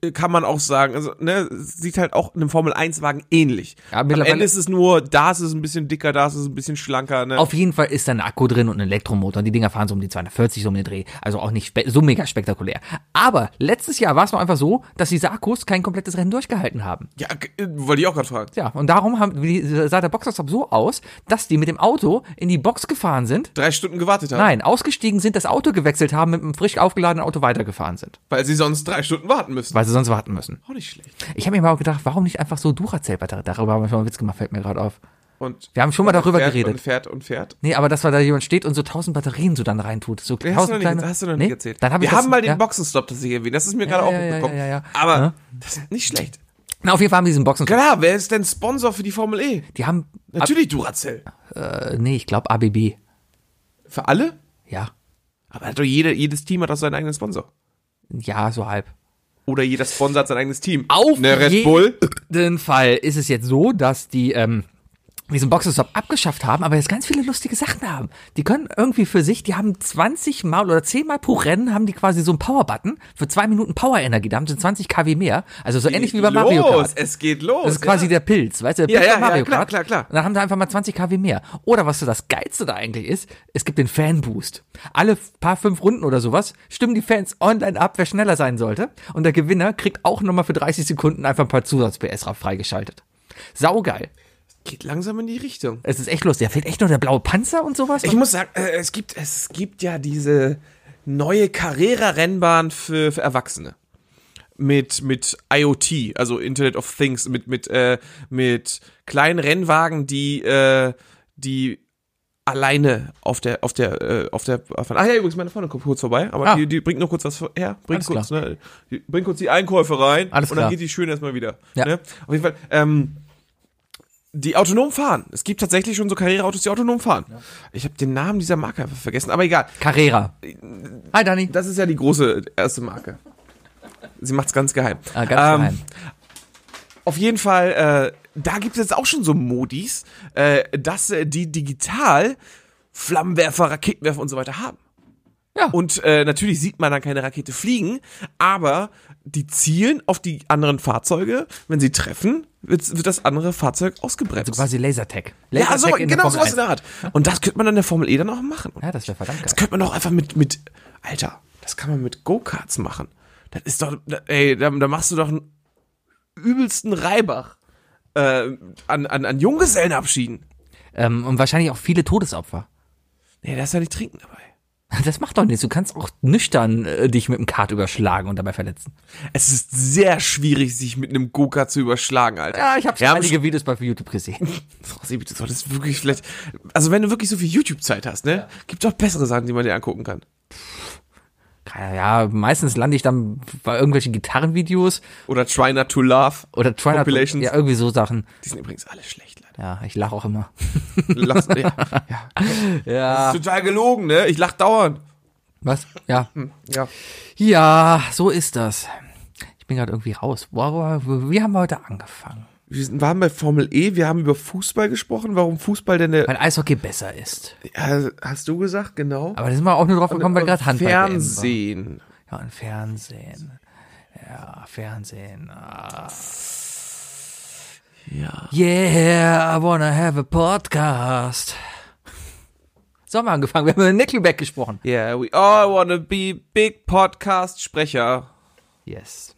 C: äh, kann man auch sagen, also ne, sieht halt auch einem Formel 1 Wagen ähnlich.
B: Ja,
C: Am
B: mittlerweile-
C: Ende ist es nur, da ist es ein bisschen dicker, da ist es ein bisschen schlanker, ne?
B: Auf jeden Fall ist da ein Akku drin und ein Elektromotor. Und die Dinger fahren so um die 240 so um den Dreh. Also auch nicht spe- so mega spektakulär. Aber letztes Jahr war es noch einfach so, dass diese Akkus kein komplettes Rennen durchgehalten haben.
C: Ja, g- äh, wollte ich auch gerade fragen.
B: Ja, und darum haben, wie- sah der Boxerstop so aus, dass die mit dem Auto in die Box gefahren sind.
C: Drei Stunden gewartet haben,
B: Nein, ausgestiegen sind, das Auto gewechselt haben, mit einem frisch aufgeladenen Auto weitergefahren sind.
C: weil sie sonst drei Stunden warten müssen.
B: Weil sie sonst warten müssen.
C: Auch nicht schlecht.
B: Ich habe mir mal gedacht, warum nicht einfach so Duracell-Batterie? Darüber haben wir schon mal einen Witz gemacht, fällt mir gerade auf.
C: Und
B: Wir haben schon mal
C: und
B: darüber
C: fährt
B: geredet.
C: Und fährt und fährt.
B: Nee, aber dass da jemand steht und so tausend Batterien so dann reintut. So
C: Nee, Hast du, noch
B: tausend
C: nicht,
B: kleine,
C: hast du noch
B: Nee,
C: nicht erzählt.
B: Dann hab
C: Wir
B: ich das-
C: haben mal den
B: ja.
C: Boxenstopp tatsächlich erwähnt. Das ist mir gerade
B: ja,
C: auch
B: ja, ja,
C: mitbekommen.
B: ja, ja.
C: Aber das ist nicht schlecht.
B: Na, auf jeden Fall haben die diesen Boxen.
C: Klar, wer ist denn Sponsor für die Formel E?
B: Die haben,
C: Natürlich Duracell.
B: äh, nee, ich glaube ABB.
C: Für alle?
B: Ja,
C: Aber hat doch jede, jedes Team hat doch seinen eigenen Sponsor.
B: ja, so halb.
C: Oder jeder Sponsor hat sein eigenes Team.
B: Auf
C: ne, Red
B: jeden
C: Bull.
B: Fall ist es jetzt so, dass die ähm, diesen Boxenstopp abgeschafft haben, aber jetzt ganz viele lustige Sachen haben. Die können irgendwie für sich, die haben 20 Mal oder 10 Mal pro Rennen haben die quasi so einen Power-Button für zwei Minuten Power-Energie. Da haben sie 20 kW mehr. Also so ähnlich wie bei Mario Kart.
C: Los, es geht los.
B: Das ist quasi der Pilz, weißt du? Der
C: Ja,
B: Pilz
C: ja,
B: von
C: ja,
B: Mario
C: klar,
B: Kart.
C: klar, klar.
B: Und dann haben sie einfach mal 20 kW mehr. Oder was so das Geilste da eigentlich ist, es gibt den Fanboost. Alle paar fünf Runden oder sowas stimmen die Fans online ab, wer schneller sein sollte. Und der Gewinner kriegt auch nochmal für 30 Sekunden einfach ein paar Zusatz-PS freigeschaltet. Saugeil.
C: geht langsam in die Richtung.
B: Es ist echt lustig. Da fehlt echt nur der blaue Panzer und sowas.
C: Ich muss sagen, äh, es gibt, es gibt ja diese neue Carrera-Rennbahn für, für Erwachsene. Mit, mit IoT, also Internet of Things, mit, mit, äh, mit kleinen Rennwagen, die, äh, die alleine auf der, auf der, äh, auf der, auf der, ah ja, übrigens, meine Freundin kommt kurz vorbei, aber
B: Ah.
C: die, die bringt nur kurz was her, bringt
B: Alles
C: kurz, ne, die bringt kurz die Einkäufe rein
B: Alles
C: und dann
B: klar.
C: geht die schön erstmal wieder.
B: Ja.
C: Ne? Auf jeden Fall, ähm, die autonom fahren. Es gibt tatsächlich schon so Karriereautos, die autonom fahren. Ich habe den Namen dieser Marke einfach vergessen, aber egal.
B: Carrera. Hi, Dani.
C: Das ist ja die große erste Marke. Sie macht's ganz geheim.
B: Ah, ganz
C: Ähm,
B: geheim.
C: Auf jeden Fall, äh, da gibt es jetzt auch schon so Modis, äh, dass äh, die digital Flammenwerfer, Raketenwerfer und so weiter haben.
B: Ja.
C: Und äh, natürlich sieht man dann keine Rakete fliegen, aber die zielen auf die anderen Fahrzeuge. Wenn sie treffen, wird, wird das andere Fahrzeug ausgebremst.
B: Also quasi Lasertag.
C: Ja, so,
B: in der
C: genau
B: Formel
C: sowas in
B: 1.
C: der Art. Und das könnte man dann in der Formel E dann auch machen.
B: Ja, das wäre verdammt geil.
C: Das könnte man auch einfach mit, mit, Alter, das kann man mit Go-Karts machen. Das ist doch, da- ey, da, da machst du doch einen übelsten Reibach äh, an, an, an Junggesellenabschieden.
B: Ähm, und wahrscheinlich auch viele Todesopfer.
C: Nee, da ist ja nicht trinken dabei.
B: Das macht doch nichts. Du kannst auch nüchtern äh, dich mit dem Kart überschlagen und dabei verletzen.
C: Es ist sehr schwierig, sich mit einem Goka zu überschlagen, Alter.
B: Ja, ich habe schon
C: Ja, aber
B: einige Videos bei YouTube gesehen.
C: Oh, Sebi, du solltest wirklich vielleicht. Also, wenn du wirklich so viel YouTube-Zeit hast, ne? Gibt doch bessere Sachen, die man dir angucken kann.
B: <laughs> Ja, meistens lande ich dann bei irgendwelchen Gitarrenvideos
C: Oder Try Not to Laugh.
B: oder Try Not-
C: Compilations.
B: Ja, irgendwie so Sachen.
C: Die sind übrigens alle schlecht, leider.
B: Ja, ich lache auch immer.
C: Lass, ja.
B: <laughs> Ja. Ah.
C: Das ist total gelogen, ne? Ich lach dauernd.
B: Was? Ja.
C: Ja.
B: Ja, so ist das. Ich bin gerade irgendwie raus. Wow, wow, wie haben wir heute angefangen?
C: Wir sind- waren bei Formel E, wir haben über Fußball gesprochen, warum Fußball denn der.
B: Weil Eishockey besser ist.
C: Ja, hast du gesagt, genau.
B: Aber da sind wir auch nur drauf gekommen, weil gerade Handball
C: Fernsehen.
B: Ja, und Fernsehen. Ja, Fernsehen. Ah.
C: Ja.
B: Yeah, I wanna have a podcast. So haben wir angefangen. Wir haben über Nickelback gesprochen.
C: Yeah, we all wanna be big Podcast-Sprecher.
B: Yes.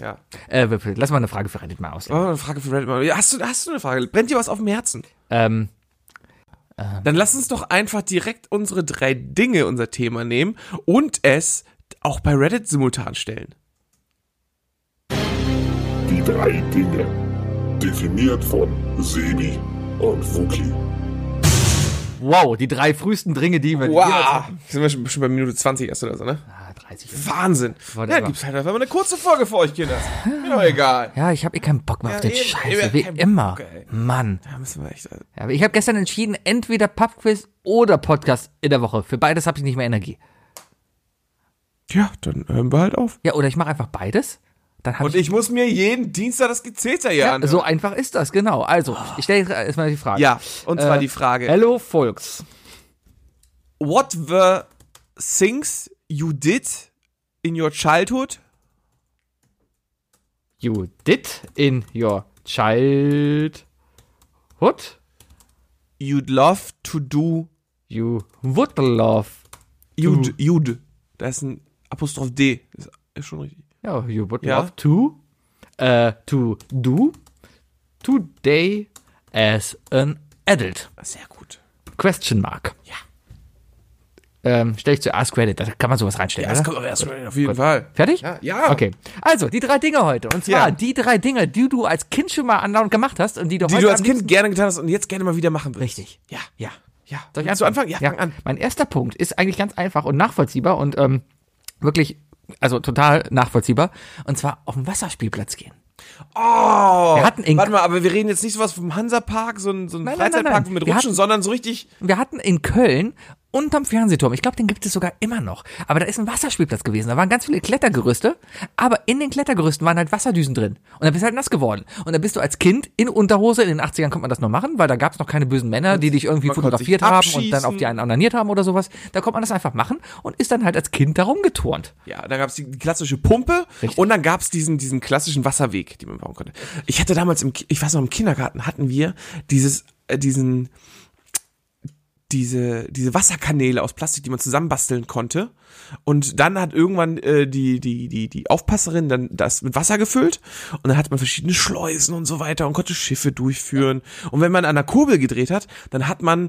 C: Ja.
B: Äh, Wilfried, lass mal eine Frage für Reddit mal aus.
C: Oh, eine Frage für Reddit. mal. Ja, Hast du, hast du eine Frage? Brennt dir was auf dem Herzen?
B: Ähm,
C: Dann lass uns doch einfach direkt unsere drei Dinge unser Thema nehmen und es auch bei Reddit simultan stellen.
D: Die drei Dinge. Definiert von Sebi und Fuki.
B: wow, die drei frühesten Dringe, die wir jemals hatten.
C: Sind wir schon, schon bei Minute 20 erst oder so, ne?
B: Ah, 30.
C: Wahnsinn.
B: Warte
C: ja,
B: mal.
C: gibt's halt einfach mal eine kurze Folge für euch, Kinder. Mir doch egal.
B: Ja, ich habe eh keinen Bock mehr auf
C: Ja,
B: den
C: eben,
B: Scheiß,
C: eben,
B: wie
C: kein Bock,
B: immer.
C: ey.
B: Mann.
C: Da müssen wir echt. äh,
B: Ja, aber ich habe gestern entschieden, entweder Pubquiz oder Podcast in der Woche. Für beides habe ich nicht mehr Energie.
C: Ja, dann hören wir halt auf.
B: Ja, oder ich mache einfach beides. Dann habe
C: Und
B: ich,
C: ich muss mir jeden Dienstag das Gezeter hier
B: ja,
C: anhören.
B: so einfach ist das, genau. Also, ich stelle jetzt erstmal die Frage.
C: Ah. Ja, und zwar
B: Äh,
C: die Frage.
B: Hello Folks.
C: What were things you did in your childhood?
B: You did in your childhood
C: You'd love to do.
B: you would love.
C: You'd. You'd. Da ist ein Apostroph D. Ist, ist schon richtig.
B: Ja, you would
C: Ja.
B: love to äh, to do today as an adult.
C: Sehr gut.
B: Question mark. Ja. Ähm, stell ich zu Ask Reddit, da kann man sowas reinstellen.
C: Das
B: oder?
C: kommt aber erst mal auf jeden Fall.
B: Fertig?
C: Ja, ja.
B: Okay. Also, die drei Dinge heute. Und zwar
C: Ja.
B: die drei Dinge, die du als Kind schon mal andauernd gemacht hast und die du
C: Die
B: heute
C: du als
B: am
C: Kind gerne getan hast und jetzt gerne mal wieder machen willst.
B: Richtig.
C: Ja.
B: liebsten- Ja.
C: Ja.
B: Soll ich
C: Willst du anfangen? Ja,
B: Ja.
C: fang an.
B: Mein erster Punkt ist eigentlich ganz einfach und nachvollziehbar und ähm, wirklich, also total nachvollziehbar. Und zwar auf den Wasserspielplatz gehen.
C: Oh!
B: Wir hatten in-
C: Warte mal, aber wir reden jetzt nicht sowas vom Hansapark, so ein, so ein
B: Nein, nein, nein,
C: Freizeitpark
B: nein.
C: mit
B: Wir
C: Rutschen,
B: hatten-
C: sondern so richtig.
B: Wir hatten in Köln unterm Fernsehturm, ich glaube, den gibt es sogar immer noch, aber da ist ein Wasserspielplatz gewesen. Da waren ganz viele Klettergerüste, aber in den Klettergerüsten waren halt Wasserdüsen drin. Und da bist du halt nass geworden. Und da bist du als Kind in Unterhose, in den 80ern konnte man das noch machen, weil da gab es noch keine bösen Männer, die dich irgendwie
C: Man konnte sich
B: fotografiert haben und dann
C: abschießen.
B: auf die einen onaniert haben oder sowas. Da konnte man das einfach machen und ist dann halt als Kind da rumgeturnt.
C: Ja, da gab's die, die klassische Pumpe und dann gab's diesen, diesen klassischen Wasserweg, den man bauen konnte. Ich hatte damals im, Ki- ich weiß noch, im Kindergarten hatten wir dieses, äh, diesen, diese, diese Wasserkanäle aus Plastik, die man zusammenbasteln konnte. Und dann hat irgendwann äh, die, die, die, die Aufpasserin dann das mit Wasser gefüllt und dann hatte man verschiedene Schleusen und so weiter und konnte Schiffe durchführen. Und wenn man an der Kurbel gedreht hat, dann hat man,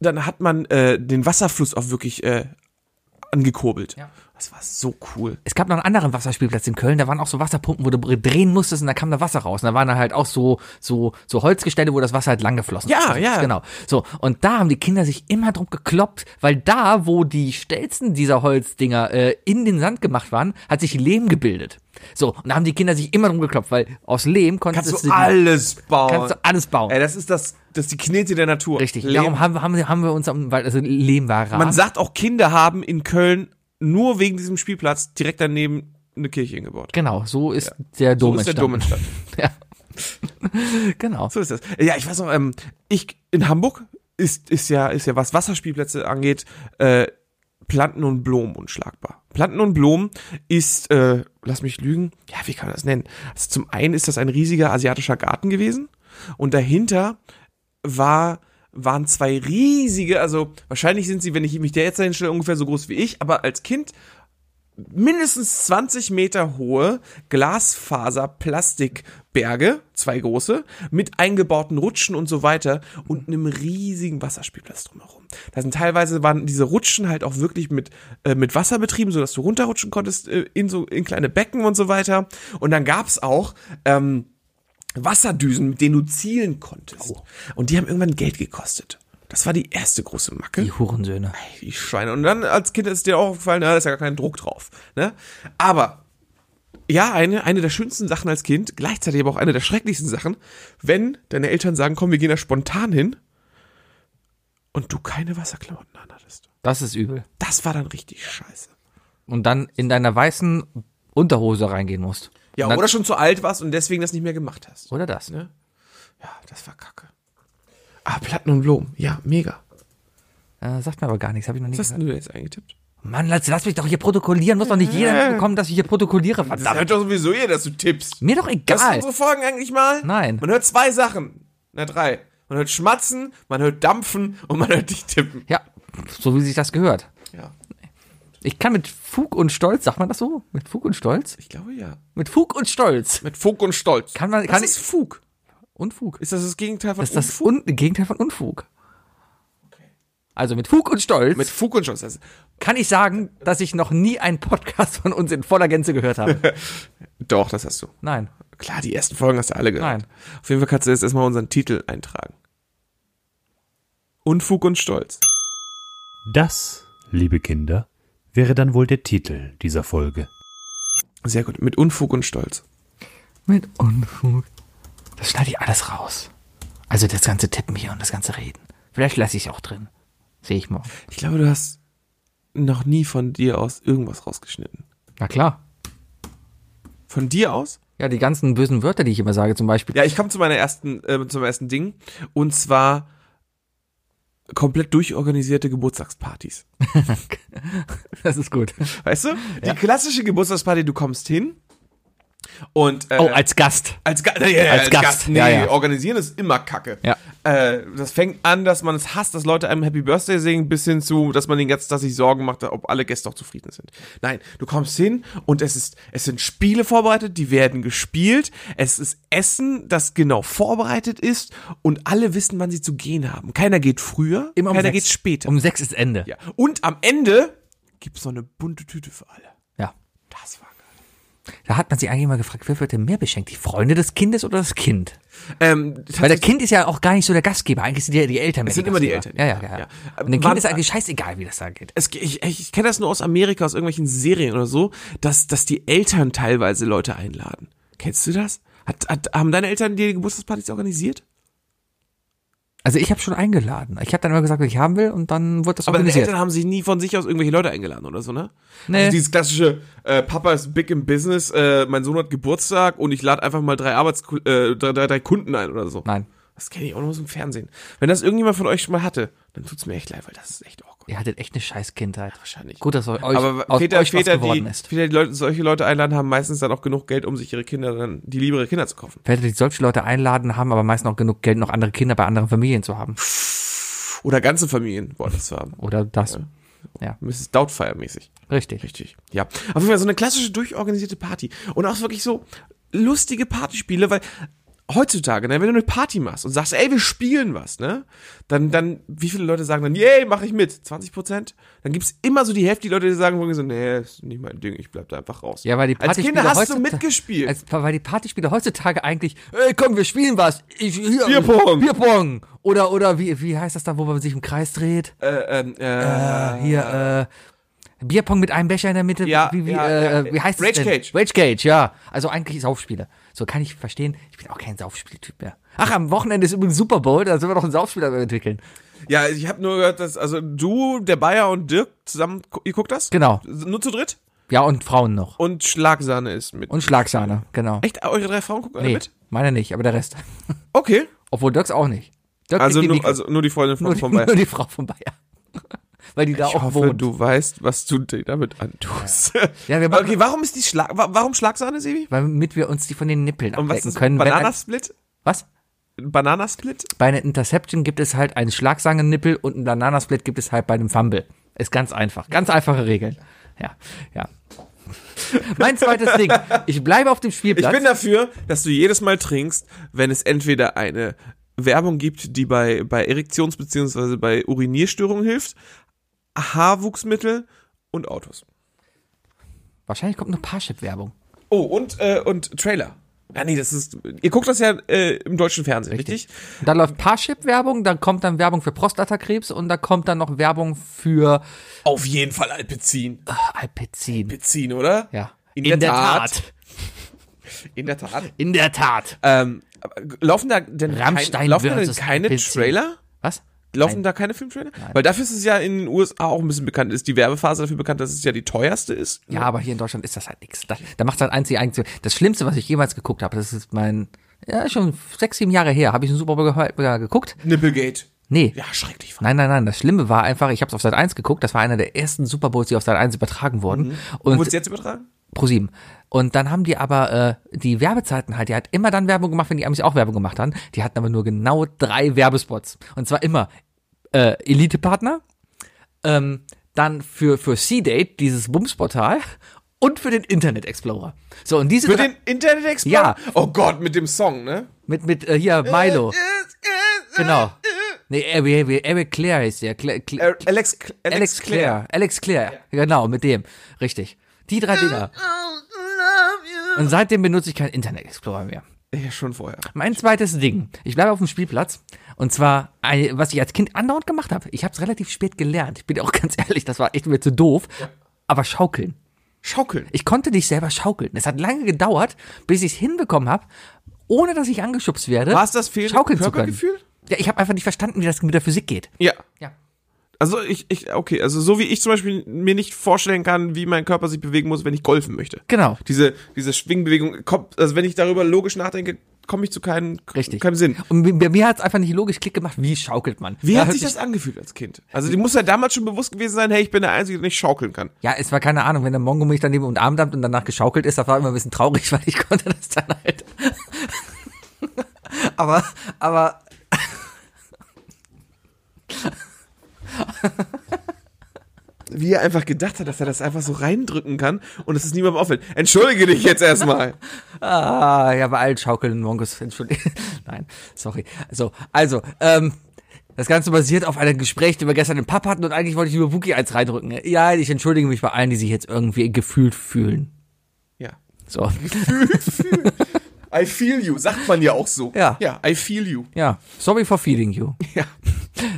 C: dann hat man äh, den Wasserfluss auch wirklich äh, angekurbelt. Das war so cool.
B: Es gab noch einen anderen Wasserspielplatz in Köln, da waren auch so Wasserpumpen, wo du drehen musstest und da kam da Wasser raus. Und da waren da halt auch so, so, so Holzgestelle, wo das Wasser halt lang geflossen
C: Ja,
B: ist. Also,
C: ja.
B: Genau. So. Und da haben die Kinder sich immer drum gekloppt, weil da, wo die Stelzen dieser Holzdinger äh, in den Sand gemacht waren, hat sich Lehm gebildet. So. Und da haben die Kinder sich immer drum geklopft, weil aus Lehm konntest
C: Kannst
B: du
C: du alles bauen.
B: kannst du alles bauen.
C: Ey, das ist das, das ist die Knete der Natur.
B: Richtig.
C: Lehm.
B: Darum haben, wir- haben, wir- haben wir uns am, weil, also Lehm war rar.
C: Man sagt auch, Kinder haben in Köln nur wegen diesem Spielplatz direkt daneben eine Kirche hingebaut.
B: genau. So ist der Dom
C: so ist der Dom
B: entstanden. <laughs>
C: entstanden.
B: ja. genau.
C: So ist das. Ja, ich weiß noch, ähm, ich in Hamburg ist, ist ja, ist ja, was Wasserspielplätze angeht, äh, Planten und Blumen unschlagbar. Planten und Blumen ist, äh, lass mich lügen, ja, wie kann man das nennen? Also zum einen ist das ein riesiger asiatischer Garten gewesen und dahinter war waren zwei riesige, also wahrscheinlich sind sie, wenn ich mich der jetzt hinstelle, ungefähr so groß wie ich, aber als Kind mindestens 20 Meter hohe Glasfaserplastikberge, zwei große, mit eingebauten Rutschen und so weiter und einem riesigen Wasserspielplatz drumherum. Da sind teilweise waren diese Rutschen halt auch wirklich mit äh, mit Wasser betrieben, sodass du runterrutschen konntest äh, in so in kleine Becken und so weiter. Und dann gab's auch ähm, Wasserdüsen, mit denen du zielen konntest. Und die haben irgendwann Geld gekostet. Das war die erste große Macke.
B: Die Hurensöhne.
C: Die Schweine. Und dann als Kind ist dir auch aufgefallen, na, da ist ja gar kein Druck drauf. Ne? Aber ja, eine, eine der schönsten Sachen als Kind, gleichzeitig aber auch eine der schrecklichsten Sachen, wenn deine Eltern sagen, komm, wir gehen da spontan hin und du keine Wasserklamotten anhattest.
B: Das ist übel.
C: Das war dann richtig scheiße.
B: Und dann in deiner weißen Unterhose reingehen musst.
C: Ja,
B: Und dann,
C: oder schon zu alt warst und deswegen das nicht mehr gemacht hast.
B: Oder das.
C: Ne? Ja, das war kacke. Ah, Platten und Blumen. Ja, mega.
B: Äh, sagt mir aber gar nichts, habe ich noch nie
C: Was hast
B: gehört.
C: denn du jetzt eingetippt?
B: Mann, lass, lass mich doch hier protokollieren. Muss doch nicht jeder bekommen, dass ich hier protokolliere,
C: Äh. Das halt-
B: verdammt.
C: hört doch sowieso ihr, dass du tippst.
B: Mir doch
C: Hast du
B: egal.
C: unsere Folgen eigentlich mal?
B: Nein.
C: Man hört zwei Sachen. Na, drei. Man hört Schmatzen, man hört Dampfen und man hört dich tippen.
B: Ja, so wie sich das gehört.
C: Ja.
B: Ich kann mit Fug und Stolz, sagt man das so? Mit Fug und Stolz?
C: Ich glaube ja.
B: Mit Fug und Stolz.
C: Mit Fug und Stolz.
B: Kann man-
C: Was
B: kann
C: ist
B: ich-
C: Fug?
B: Unfug.
C: Ist das das Gegenteil von
B: Das ist das
C: Unfug?
B: Un Gegenteil von Unfug. Also mit Fug und Stolz
C: Mit Fug und Stolz. Das-
B: kann ich sagen, dass ich noch nie einen Podcast von uns in voller Gänze gehört
C: <laughs>
B: habe.
C: Doch, das hast du.
B: Nein.
C: Klar, die ersten Folgen hast du alle gehört.
B: Nein.
C: Auf jeden Fall kannst du jetzt erstmal unseren Titel eintragen. Unfug und Stolz.
A: Das, liebe Kinder, wäre dann wohl der Titel dieser Folge.
C: Sehr gut. Mit Unfug und Stolz.
B: Mit Unfug. Das schneide ich alles raus. Also das ganze Tippen hier und das ganze Reden. Vielleicht lasse ich es auch drin. Sehe ich morgen.
C: Ich glaube, du hast noch nie von dir aus irgendwas rausgeschnitten.
B: Na klar.
C: Von dir aus?
B: Ja, die ganzen bösen Wörter, die ich <laughs> immer sage, zum Beispiel.
C: Ja, ich komme zu meiner ersten, äh, zum ersten Ding. Und zwar komplett durchorganisierte Geburtstagspartys.
B: Das ist gut.
C: Weißt du? Die klassische Geburtstagsparty, du kommst hin und äh,
B: Oh, als Gast.
C: als, Ga- ja, ja, ja,
B: als Gast.
C: Nee,
B: Ja, ja.
C: organisieren ist immer Kacke.
B: Ja.
C: Äh, das fängt an, dass man es hasst, dass Leute einem Happy Birthday singen, bis hin zu, dass man den ganzen Tag sich Sorgen macht, ob alle Gäste auch zufrieden sind. Nein, du kommst hin und es ist, es sind Spiele vorbereitet, die werden gespielt, es ist Essen, das genau vorbereitet ist und alle wissen, wann sie zu gehen haben. Keiner geht früher,
B: Immer um
C: keiner
B: sechs.
C: geht später.
B: Um sechs ist Ende.
C: ja. Und am Ende gibt's noch eine bunte Tüte für alle.
B: ja.
C: Das war geil.
B: Da hat man sich eigentlich immer gefragt, wer wird denn mehr beschenkt? Die Freunde des Kindes oder das Kind?
C: Ähm,
B: Weil der Kind ist ja auch gar nicht so der Gastgeber. Eigentlich sind ja die Eltern mehr
C: Es sind immer die
B: Gastgeber. Ja,
C: Eltern,
B: ja, ja.
C: ja.
B: ja. Und dem
C: Wann-
B: Kind ist eigentlich scheißegal, wie das da geht.
C: es, ich, ich, ich kenne das nur aus Amerika, aus irgendwelchen Serien oder so, dass, dass die Eltern teilweise Leute einladen. Kennst du das? Hat, hat, haben deine Eltern dir die Geburtstagspartys organisiert?
B: Also ich habe schon eingeladen. Ich habe dann immer gesagt, was ich haben will und dann wurde das
C: Aber deine
B: organisiert.
C: Eltern haben sich nie von sich aus irgendwelche Leute eingeladen oder so, ne?
B: Nee.
C: Also dieses klassische, äh, Papa ist big im Business, äh, mein Sohn hat Geburtstag und ich lade einfach mal drei Arbeits äh, drei, drei, drei Kunden ein oder so.
B: Nein.
C: Das kenne ich auch nur aus dem Fernsehen. Wenn das irgendjemand von euch schon mal hatte, dann tut's mir echt leid, weil das ist echt awkward.
B: Ihr hattet echt eine scheiß Kindheit.
C: Wahrscheinlich.
B: Gut, dass euch,
C: aber
B: aus
C: Väter,
B: euch was
C: Väter,
B: geworden
C: die,
B: ist.
C: Väter, die Leute, solche Leute einladen, haben meistens dann auch genug Geld, um sich ihre Kinder dann, die liebere Kinder zu kaufen.
B: Väter, die solche Leute einladen, haben aber meistens auch genug Geld, noch andere Kinder bei anderen Familien zu haben.
C: Oder ganze Familien wollen das haben.
B: Oder das. Ja,
C: Mrs. Doubtfire-mäßig.
B: richtig.
C: Richtig. Ja. Auf jeden Fall so eine klassische durchorganisierte Party. Und auch wirklich so lustige Partyspiele, weil heutzutage, ne, wenn du eine Party machst und sagst, ey, wir spielen was, ne, dann, dann, wie viele Leute sagen dann, yay, mach ich mit? 20 Prozent? Dann gibt's immer so die Hälfte, die Leute, die sagen, irgendwie so, nee, ist nicht mein Ding, ich bleib da einfach raus.
B: Ja, weil die
C: Als
B: Partyspiele
C: Kinder hast du
B: heutzutage-
C: mitgespielt.
B: Als, weil die Partyspiele heutzutage eigentlich, ey, komm, wir spielen was. Ich, hier,
C: Bierpong.
B: Bierpong. Oder, oder wie, wie heißt das da, wo man sich im Kreis dreht?
C: äh, ähm, äh,
B: Äh, hier, äh, Bierpong mit einem Becher in der Mitte.
C: Ja,
B: wie, wie,
C: ja,
B: äh,
C: ja.
B: wie heißt
C: Rage
B: es denn?
C: Cage.
B: Rage Cage, ja. Also eigentlich Saufspiele. So kann ich verstehen. Ich bin auch kein Saufspieltyp mehr. Ach, am Wochenende ist übrigens Super Bowl, da sind wir doch ein Saufspiel am entwickeln.
C: Ja, ich habe nur gehört, dass also du, der Bayer und Dirk zusammen, gu- ihr guckt das?
B: Genau.
C: Nur zu dritt?
B: Ja, und Frauen noch.
C: Und Schlagsahne ist mit.
B: Und Schlagsahne, genau.
C: Echt? Eure drei Frauen gucken alle
B: Nee,
C: mit?
B: meine nicht, aber der Rest.
C: Okay.
B: Obwohl Dirks auch nicht. Dirk
C: Also
B: kriegt die
C: nur,
B: Mikro-
C: also nur die Freundin
B: nur, die,
C: von,
B: <laughs>
C: von
B: nur
C: Bayer.
B: die Frau von Bayer. Weil die da
C: Ich
B: auch
C: hoffe,
B: wohnt.
C: du weißt, was du dir damit antust.
B: Ja, wir machen-
C: okay, warum ist die Schlag, wa- warum Schlagsahne, Sebi?
B: Damit wir uns die von den Nippeln
C: Und was
B: abdecken
C: ist
B: können. wenn ein-
C: Bananasplit?
B: was?
C: Bananasplit?
B: Bei einer Interception gibt es halt einen Schlagsangennippel und einen Bananasplit gibt es halt bei einem Fumble. Ist ganz einfach. Ganz einfache Regeln. ja, ja. <laughs> Mein zweites Ding. Ich bleibe auf dem
C: Ich
B: Spielplatz.
C: bin dafür, dass du jedes Mal trinkst, wenn es entweder eine Werbung gibt, die bei, bei Erektions- bzw. bei Urinierstörungen hilft, Haarwuchsmittel und Autos.
B: Wahrscheinlich kommt eine Parship-Werbung.
C: Oh, und, äh, und Trailer. Ja, nee, das ist. Ihr guckt das ja äh, im deutschen Fernsehen, richtig?
B: Da läuft Parship-Werbung, dann kommt dann Werbung für Prostatakrebs und da kommt dann noch Werbung für
C: Auf jeden Fall Alpizin.
B: Alpezin.
C: Alpizin, oder?
B: Ja.
C: In der Tat. In der Tat.
B: In der Tat.
C: Ähm, aber laufen da denn,
B: Rammstein
C: kein, laufen da denn
B: versus
C: keine
B: Alpizin.
C: Trailer?
B: Was?
C: Laufen
B: Nein.
C: da keine Filmtrailer? Weil dafür ist es ja in den USA auch ein bisschen bekannt, ist die Werbephase dafür bekannt, dass es ja die teuerste ist.
B: Ja, aber hier in Deutschland ist das halt nichts. Da, da macht halt einzig eigentlich. Das Schlimmste, was ich jemals geguckt habe, das ist mein, ja, schon sechs, sieben Jahre her, habe ich einen Super Bowl ge geguckt.
C: Nipplegate.
B: Nee.
C: Ja, schrecklich.
B: Nein, nein, nein. Das Schlimme war einfach, ich habe es auf Sat 1 geguckt. Das war einer der ersten Super Bowls, die auf Sat 1 übertragen wurden. Und
C: Wurde Mhm. es jetzt übertragen?
B: pro 7. Und dann haben die aber äh, die Werbezeiten halt, die hat immer dann Werbung gemacht, wenn die Amis auch Werbung gemacht haben. Die hatten aber nur genau drei Werbespots. Und zwar immer äh, Elite-Partner, ähm, dann für, für C-Date, dieses Bums-Portal und für den Internet-Explorer. So, und diese
C: Für
B: drei-
C: den Internet Explorer?
B: Ja.
C: Oh Gott, mit dem Song, ne?
B: mit, mit äh, hier, Milo, genau. Nee, Eric, Eric Clare ist der. Cla- Cla-
C: Äh, Alex, Alex,
B: Alex Clare. Alex Clare, genau, mit dem. Richtig. Die drei Dinger. Und seitdem benutze ich keinen Internet Explorer mehr.
C: Ja, schon vorher.
B: Mein zweites Ding. Ich bleibe auf dem Spielplatz. Und zwar, ein- was ich als Kind andauernd gemacht habe. Ich habe es relativ spät gelernt. Ich bin auch <laughs> ganz ehrlich, das war echt mir zu doof. Aber schaukeln.
C: Schaukeln.
B: Ich konnte dich selber schaukeln. Es hat lange gedauert, bis ich es hinbekommen habe, ohne dass ich angeschubst werde.
C: War es das fehlende
B: schaukeln
C: Körpergefühl?
B: Zu können. Ja, ich habe einfach nicht verstanden, wie das mit der Physik geht.
C: Ja.
B: Ja.
C: Also ich, ich, okay, also so wie ich zum Beispiel mir nicht vorstellen kann, wie mein Körper sich bewegen muss, wenn ich golfen möchte.
B: Genau.
C: Diese, diese Schwingbewegung, kommt, also wenn ich darüber logisch nachdenke, komme ich zu keinem,
B: Richtig.
C: keinem Sinn.
B: Und mi- bei mir hat es einfach nicht logisch Klick gemacht, wie schaukelt man.
C: Wie
B: Da
C: hat
B: hört
C: sich das angefühlt als Kind? Also die muss ja damals schon bewusst gewesen sein, hey, ich bin der Einzige, der nicht schaukeln kann.
B: Ja, es war keine Ahnung, wenn der Mongo mich daneben und Abend und danach geschaukelt ist, das war immer ein bisschen traurig, <laughs> weil ich konnte das dann halt. <laughs> aber, aber.
C: Wie er einfach gedacht hat, dass er das einfach so reindrücken kann und dass es niemandem auffällt. Entschuldige dich jetzt erstmal.
B: Ah, ja, bei allen schaukelnden Mongos. Entschuldigung. <laughs> Nein, sorry. So, also, ähm. Das Ganze basiert auf einem Gespräch, den wir gestern im Pub hatten und eigentlich wollte ich über Wookie eins reindrücken. Ja, ich entschuldige mich bei allen, die sich jetzt irgendwie gefühlt fühlen.
C: Ja.
B: So.
C: <laughs> I feel you, sagt man ja auch so.
B: Ja.
C: Ja, I feel you.
B: Ja, sorry for feeling you.
C: <laughs> Ja.
B: <laughs>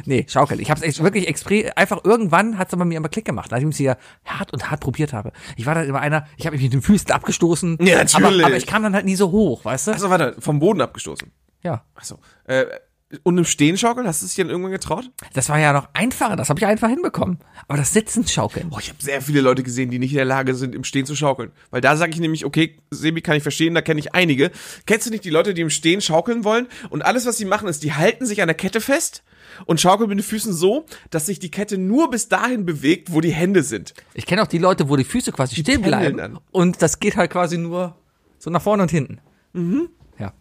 B: Nee, schaukeln. Ich habe es wirklich extrem, einfach irgendwann hat es bei mir immer Klick gemacht, nachdem ich es hier hart und hart probiert habe. Ich war dann immer einer, ich habe mich mit den Füßen abgestoßen.
C: Ja, natürlich. Also
B: Aber, aber ich kam dann halt nie so hoch, weißt du?
C: Achso, warte, vom Boden abgestoßen.
B: Ja.
C: Achso. Äh, und im Stehen schaukeln, hast du es dir dann irgendwann getraut?
B: Das war ja noch einfacher, das habe ich einfach hinbekommen. Aber das Sitzen schaukeln.
C: Boah, ich habe sehr viele Leute gesehen, die nicht in der Lage sind, im Stehen zu schaukeln. Weil da sage ich nämlich, okay, Semi kann ich verstehen, da kenne ich einige. Kennst du nicht die Leute, die im Stehen schaukeln wollen? Und alles, was sie machen, ist, die halten sich an der Kette fest und schaukeln mit den Füßen so, dass sich die Kette nur bis dahin bewegt, wo die Hände sind.
B: Ich kenne auch die Leute, wo die Füße quasi still
C: pendeln
B: bleiben
C: dann.
B: und das geht halt quasi nur so nach vorne und hinten. Mhm. Ja.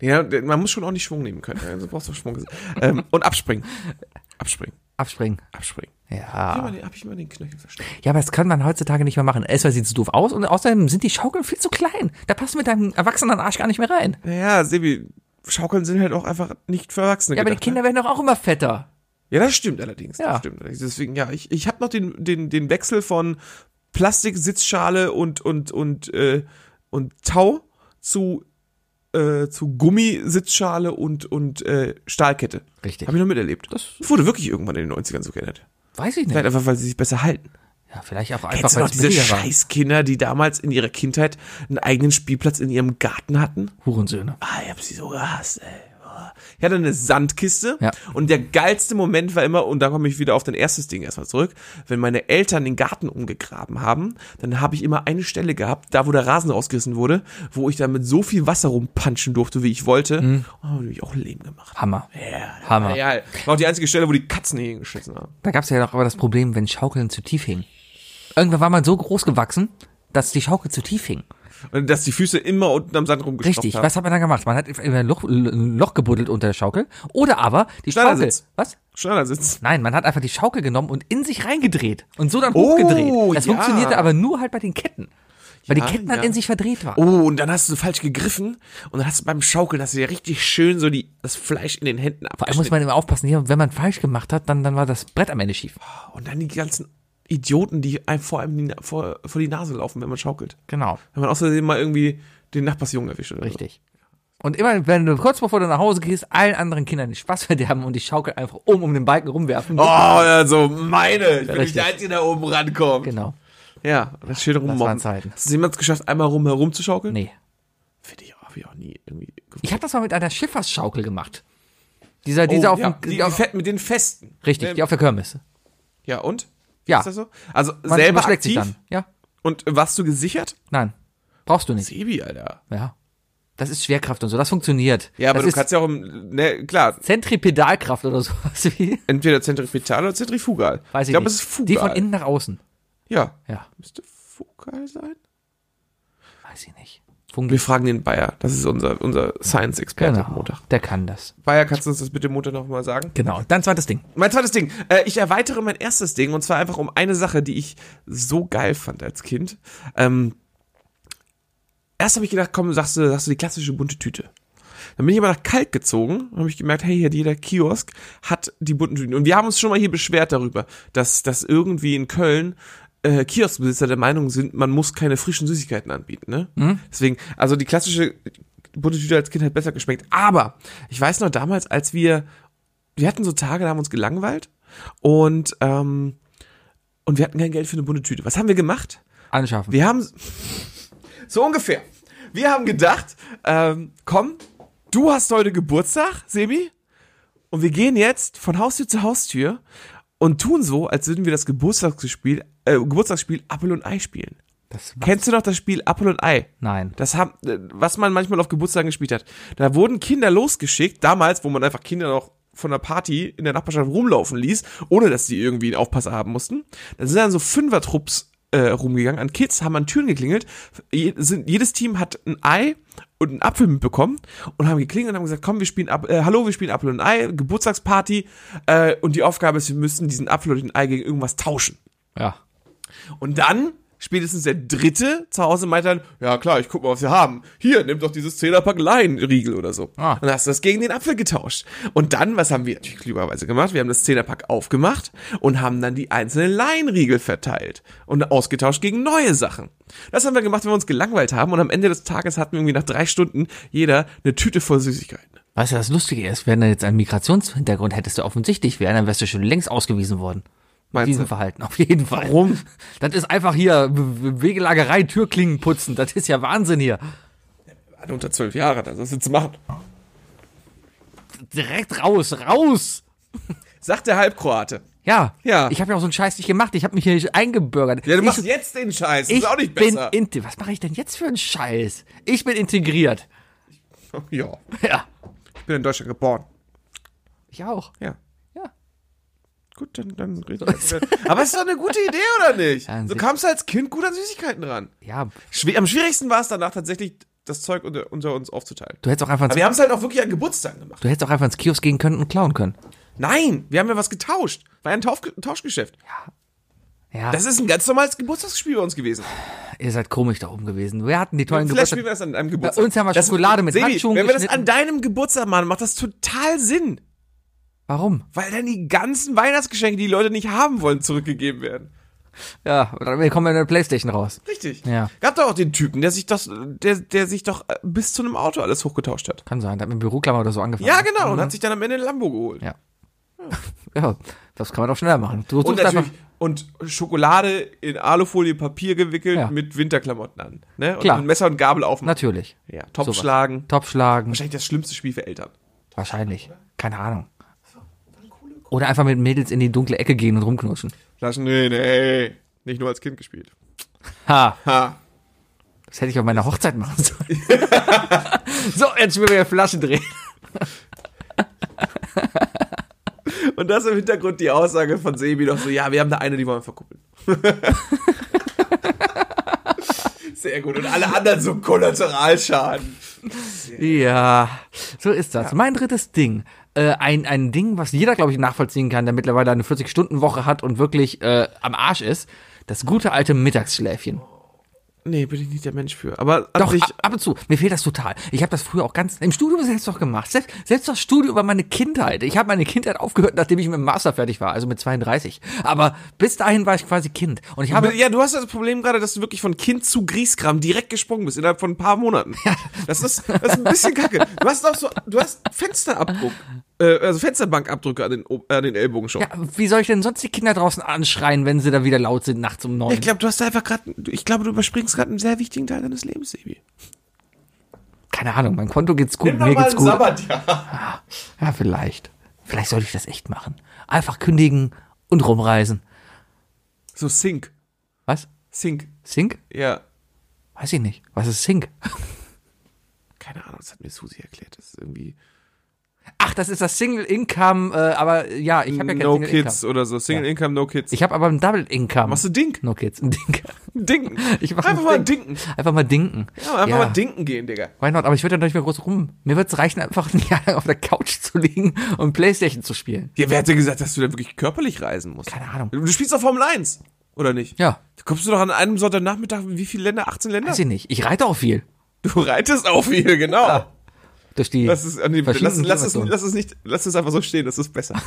C: Ja, man muss schon ordentlich Schwung nehmen können. Also brauchst du Schwung. ähm, und abspringen. Abspringen.
B: Abspringen.
C: Abspringen.
B: Ja.
C: Hab ich immer den- hab ich immer den Knöchel verstanden.
B: Ja, aber das kann man heutzutage nicht mehr machen. Erstmal sieht es doof aus und außerdem sind die Schaukeln viel zu klein. Da passt mit deinem erwachsenen Arsch gar nicht mehr rein.
C: Naja, Sebi, Schaukeln sind halt auch einfach nicht für Erwachsene
B: Ja, aber die
C: gedacht, ne?
B: Kinder werden doch auch immer fetter.
C: Ja, das stimmt allerdings.
B: Ja.
C: Das stimmt allerdings. Deswegen, ja, ich, ich habe noch den, den, den Wechsel von Plastiksitzschale und, und, und, äh, und Tau zu, äh, zu Gummisitzschale und, und äh, Stahlkette.
B: Richtig.
C: Habe ich noch miterlebt.
B: Das-
C: wurde wirklich irgendwann in den 90ern so geändert.
B: Weiß ich
C: Vielleicht
B: nicht.
C: einfach, weil sie sich besser halten.
B: Ja, vielleicht auch einfach,
C: Kennst du noch
B: weil's
C: diese
B: billiger war.
C: Scheißkinder, die damals in ihrer Kindheit einen eigenen Spielplatz in ihrem Garten hatten?
B: Hurensöhne.
C: Ah, ich hab sie so gehasst, ey. Boah. Ich hatte eine Sandkiste
B: Ja.
C: und der geilste Moment war immer, und da komme ich wieder auf dein erstes Ding erstmal zurück, wenn meine Eltern den Garten umgegraben haben, dann habe ich immer eine Stelle gehabt, da wo der Rasen rausgerissen wurde, wo ich dann mit so viel Wasser rumpanschen durfte, wie ich wollte,
B: Mhm.
C: und habe ich auch Leben gemacht.
B: Hammer.
C: Ja,
B: Hammer.
C: Ja, war auch die einzige Stelle, wo die Katzen hier hingeschissen haben.
B: Da gab's ja doch aber das Problem, wenn Schaukeln zu tief hingen. Irgendwann war man so groß gewachsen, dass die Schaukel zu tief hing.
C: Und dass die Füße immer unten am Sand rumgestopft
B: Richtig,
C: haben.
B: was hat man da gemacht? Man hat immer ein Loch, ein Loch gebuddelt unter der Schaukel oder aber die Schaukel.
C: Schneidersitz.
B: Was?
C: Schneidersitz.
B: Nein, man hat einfach die Schaukel genommen und in sich reingedreht und so dann
C: Oh,
B: hochgedreht. Das
C: ja.
B: funktionierte aber nur halt bei den Ketten. Weil
C: Ja,
B: die Ketten
C: ja.
B: dann in sich verdreht waren.
C: Oh, und dann hast du falsch gegriffen und dann hast du beim Schaukeln hast du dir richtig schön so die, das Fleisch in den Händen
B: Vor allem muss
C: abgeschnitten.
B: man immer aufpassen, hier, wenn man falsch gemacht hat, dann, dann war das Brett am Ende schief.
C: Und dann die ganzen Idioten, die einem vor allem die, Na- vor, vor die Nase laufen, wenn man schaukelt.
B: Genau,
C: Wenn man außerdem mal irgendwie den Nachbarsjungen erwischt oder
B: richtig. Und immer, wenn du kurz bevor du nach Hause gehst, allen anderen Kindern den Spaß verderben und die Schaukel einfach um, um den Balken rumwerfen.
C: so. Oh, also meine, ich bin
B: Richtig.
C: nicht der Einzige, der oben rankommt.
B: Genau.
C: Ja, das steht rum.
B: waren Zeiten.
C: Hast du es jemals geschafft, einmal rum herumzuschaukeln?
B: Nee.
C: Finde ich, habe ich auch nie irgendwie
B: Ich habe das mal mit einer Schifffahrtsschaukel gemacht. Dieser, dieser auf
C: Oh, ja,
B: dem,
C: die,
B: die
C: die
B: auf,
C: Fett mit den Festen.
B: richtig, die auf der Kirmes.
C: Ja, und?
B: Ja.
C: Ist das so? Also
B: Man
C: selber
B: überschlägt sich
C: aktiv
B: dann. Ja,
C: und äh, warst du gesichert?
B: nein. Brauchst du nicht.
C: Sebi, Alter.
B: Ja. Das ist Schwerkraft und so, das funktioniert.
C: Ja, aber
B: das
C: du
B: ist
C: kannst ja auch im, ne, klar,
B: Zentripedalkraft oder <laughs> sowas wie.
C: entweder zentripetal oder zentrifugal.
B: Weiß ich,
C: ich glaube,
B: nicht.
C: es ist fugal.
B: Die von innen nach außen.
C: Ja.
B: Ja,
C: Müsste fugal sein?
B: weiß ich nicht.
C: Wir
B: Fungiert.
C: fragen den Bayer. Das ist unser, unser Science-Experte am Montag.
B: Genau. Der kann das.
C: Bayer, kannst du uns das bitte Montag nochmal sagen?
B: Genau. Dann zweites Ding.
C: Mein zweites Ding. Äh, ich erweitere mein erstes Ding und zwar einfach um eine Sache, die ich so geil fand als Kind. Ähm, erst habe ich gedacht, komm, sagst du, sagst du die klassische bunte Tüte. Dann bin ich aber nach Kalk gezogen und habe ich gemerkt, hey, hier jeder Kiosk hat die bunten Tüten. Und wir haben uns schon mal hier beschwert darüber, dass, dass irgendwie in Köln äh, Kioskbesitzer der Meinung sind, man muss keine frischen Süßigkeiten anbieten. Ne? Deswegen, also die klassische bunte Tüte als Kind hat besser geschmeckt. Aber ich weiß noch damals, als wir wir hatten so Tage, da haben wir uns gelangweilt und ähm, und wir hatten kein Geld für eine bunte Tüte. Was haben wir gemacht?
B: Anschaffen.
C: Wir haben so ungefähr. Wir haben gedacht, ähm, komm, du hast heute Geburtstag, Sebi, und wir gehen jetzt von Haustür zu Haustür und tun so, als würden wir das Geburtstagsspiel, äh, Geburtstagsspiel Apfel und Ei spielen.
B: das
C: Kennst du noch das Spiel Apfel und Ei?
B: Nein.
C: Das haben, äh, was man manchmal auf Geburtstagen gespielt hat. Da wurden Kinder losgeschickt, damals, wo man einfach Kinder noch von der Party in der Nachbarschaft rumlaufen ließ, ohne dass die irgendwie einen Aufpasser haben mussten. Da sind dann so Fünfertrupps äh, rumgegangen an Kids, haben an Türen geklingelt. Je, sind, jedes Team hat ein Ei und einen Apfel mitbekommen und haben geklingelt und haben gesagt, komm, wir spielen Ap- äh, hallo, wir spielen Apfel und Ei, Geburtstagsparty äh, und die Aufgabe ist, wir müssen diesen Apfel und den Ei gegen irgendwas tauschen.
B: ja.
C: Und dann, spätestens der dritte zu Hause meint dann, ja klar, ich guck mal, was wir haben. Hier, nimm doch dieses Zehnerpack Laienriegel oder so.
B: Ah.
C: Und dann hast du das gegen den Apfel getauscht. Und dann, was haben wir natürlich klügerweise gemacht? Wir haben das Zehnerpack aufgemacht und haben dann die einzelnen Laienriegel verteilt und ausgetauscht gegen neue Sachen. Das haben wir gemacht, wenn wir uns gelangweilt haben und am Ende des Tages hatten wir irgendwie nach drei Stunden jeder eine Tüte voll Süßigkeiten.
B: Weißt du, das Lustige ist, wenn du jetzt einen Migrationshintergrund hättest, der offensichtlich wäre, dann wärst du schon längst ausgewiesen worden. Mit
C: Meinst
B: diesem
C: du?
B: Verhalten, auf jeden Fall. Warum? <laughs> Das ist einfach hier W- W- Wegelagerei, Türklingen putzen. Das ist ja Wahnsinn hier.
C: Alle unter zwölf Jahre, das ist zu machen.
B: Direkt raus, raus!
C: Sagt der Halbkroate.
B: Ja.
C: Ja.
B: Ich habe ja auch so einen Scheiß nicht gemacht. Ich habe mich hier nicht eingebürgert.
C: Ja, du
B: ich,
C: machst jetzt den Scheiß. Das
B: ich
C: ist auch nicht
B: bin
C: besser.
B: inte- Was mache ich denn jetzt für einen Scheiß? Ich bin integriert.
C: <laughs>
B: <laughs>
C: ja,
B: Ja.
C: ich bin in Deutschland geboren.
B: Ich auch.
C: Ja.
B: Ja.
C: Gut, dann, dann reden wir. Aber es ist doch eine gute Idee, oder nicht?
B: Ja, an
C: So
B: sich-
C: kamst du als Kind gut an Süßigkeiten ran.
B: Ja.
C: Schw am schwierigsten war es danach tatsächlich, das Zeug unter, unter uns aufzuteilen.
B: Du hättest auch einfach
C: Aber
B: ins,
C: wir haben es halt auch wirklich an Geburtstagen gemacht.
B: du hättest auch einfach ins Kiosk gehen können und klauen können.
C: Nein, wir haben ja was getauscht. War ja ein Tauf Tauschgeschäft.
B: Ja.
C: Das ist ein ganz normales Geburtstagsspiel bei uns gewesen.
B: Ihr seid komisch da oben gewesen. Wir hatten die tollen
C: Vielleicht spielen
B: Geburtstage.
C: wir das an deinem Geburtstag.
B: Bei uns haben wir Schokolade mit
C: Sebi,
B: Handschuhen
C: Wenn wir das
B: geschnitten.
C: an deinem Geburtstag machen, macht das total Sinn.
B: Warum?
C: Weil dann die ganzen Weihnachtsgeschenke, die die Leute nicht haben wollen, zurückgegeben werden.
B: Ja, oder wir kommen ja in der Playstation raus.
C: Richtig.
B: Ja.
C: Gab doch auch den Typen, der sich das, der, der sich doch äh, bis zu einem Auto alles hochgetauscht hat.
B: Kann sein, da hat mit Büroklammer oder so angefangen.
C: Ja, genau. Und hat sich dann am Ende ein Lambo geholt.
B: Mhm. Ja. Ja, das kann man doch schneller machen. Du
C: Und
B: suchst einfach-
C: natürlich und Schokolade in Alufolie Papier gewickelt
B: Ja.
C: mit Winterklamotten an. Ne? Und
B: Klar.
C: mit Messer und Gabel aufmachen.
B: natürlich.
C: Ja, Topf
B: Sowas.
C: schlagen.
B: Top schlagen.
C: Wahrscheinlich das schlimmste Spiel für Eltern.
B: Wahrscheinlich. Keine Ahnung. Oder einfach mit Mädels in die dunkle Ecke gehen und rumknutschen.
C: Flaschen, nee, nee. Nicht nur als Kind gespielt.
B: Ha.
C: Ha.
B: Das hätte ich auf meiner Hochzeit machen sollen. <laughs> so, jetzt will wir Flaschen drehen.
C: Und das im Hintergrund die Aussage von Sebi doch so, ja, wir haben da eine, die wollen wir verkuppeln. <laughs> Sehr gut. Und alle anderen so Kollateralschaden.
B: Ja, so ist das. Mein drittes Ding. Äh, ein, ein Ding, was jeder, glaube ich, nachvollziehen kann, der mittlerweile eine 40-Stunden-Woche hat und wirklich äh, am Arsch ist. Das gute alte Mittagsschläfchen.
C: Nee, bin ich nicht der Mensch für. Aber an
B: Doch,
C: sich,
B: ab, ab und zu. Mir fehlt das total. Ich habe das früher auch ganz, im Studium selbst doch gemacht. Selbst, selbst das Studium war meine Kindheit. Ich habe meine Kindheit aufgehört, nachdem ich mit dem Master fertig war, also mit 32. Aber bis dahin war ich quasi Kind. Und ich habe,
C: ja, du hast das Problem gerade, dass du wirklich von Kind zu Griesgram direkt gesprungen bist, innerhalb von ein paar Monaten. Das ist, das ist ein bisschen kacke. Du hast auch so, du hast Fensterabdruck, äh, also Fensterbankabdrücke an den, O- an den Ellbogen schon.
B: ja, wie soll ich denn sonst die Kinder draußen anschreien, wenn sie da wieder laut sind nachts um neun?
C: Ich glaube, du hast da einfach gerade, ich glaube, du überspringst gerade einen sehr wichtigen Teil deines Lebens, Sebi.
B: Keine Ahnung, mein Konto geht's gut, mir geht's gut.
C: Sabbatjahr.
B: Ja, vielleicht. Vielleicht sollte ich das echt machen. Einfach kündigen und rumreisen.
C: So Sink.
B: Was?
C: Sink.
B: Sink?
C: Ja.
B: Weiß ich nicht. Was ist Sink?
C: Keine Ahnung, das hat mir Susi erklärt. Das ist irgendwie.
B: Ach, das ist das Single Income, äh, aber äh, ja, ich habe ja kein
C: no
B: Single
C: Kids
B: Income.
C: oder so. Single Income, No Kids.
B: Ich habe aber ein Double Income.
C: Machst du Dink?
B: No Kids, <laughs> ein Ding.
C: Dinken.
B: <laughs> Ich mach
C: einfach
B: ein
C: mal
B: Ding.
C: Dinken.
B: Einfach mal dinken.
C: Ja, einfach mal Dinken gehen, Digga.
B: Why not? Aber ich würde ja nicht mehr groß rum. Mir wird's reichen, einfach <laughs> ein Jahr lang auf der Couch zu liegen und Playstation zu spielen.
C: Ja, wer hat dir gesagt, dass du da wirklich körperlich reisen musst?
B: Keine Ahnung.
C: Du spielst doch Formel 1, oder nicht?
B: Ja.
C: Da kommst du doch an einem Sonntagnachmittag, wie viele Länder? 18 Länder?
B: Weiß ich nicht. Ich reite auch viel.
C: Du reitest auch viel, genau.
B: Durch die
C: Das ist, nee, lass,
B: verschiedenen
C: lass, es,
B: Situationen.
C: lass es nicht, lass es einfach so stehen, das
B: <laughs>
C: ist besser.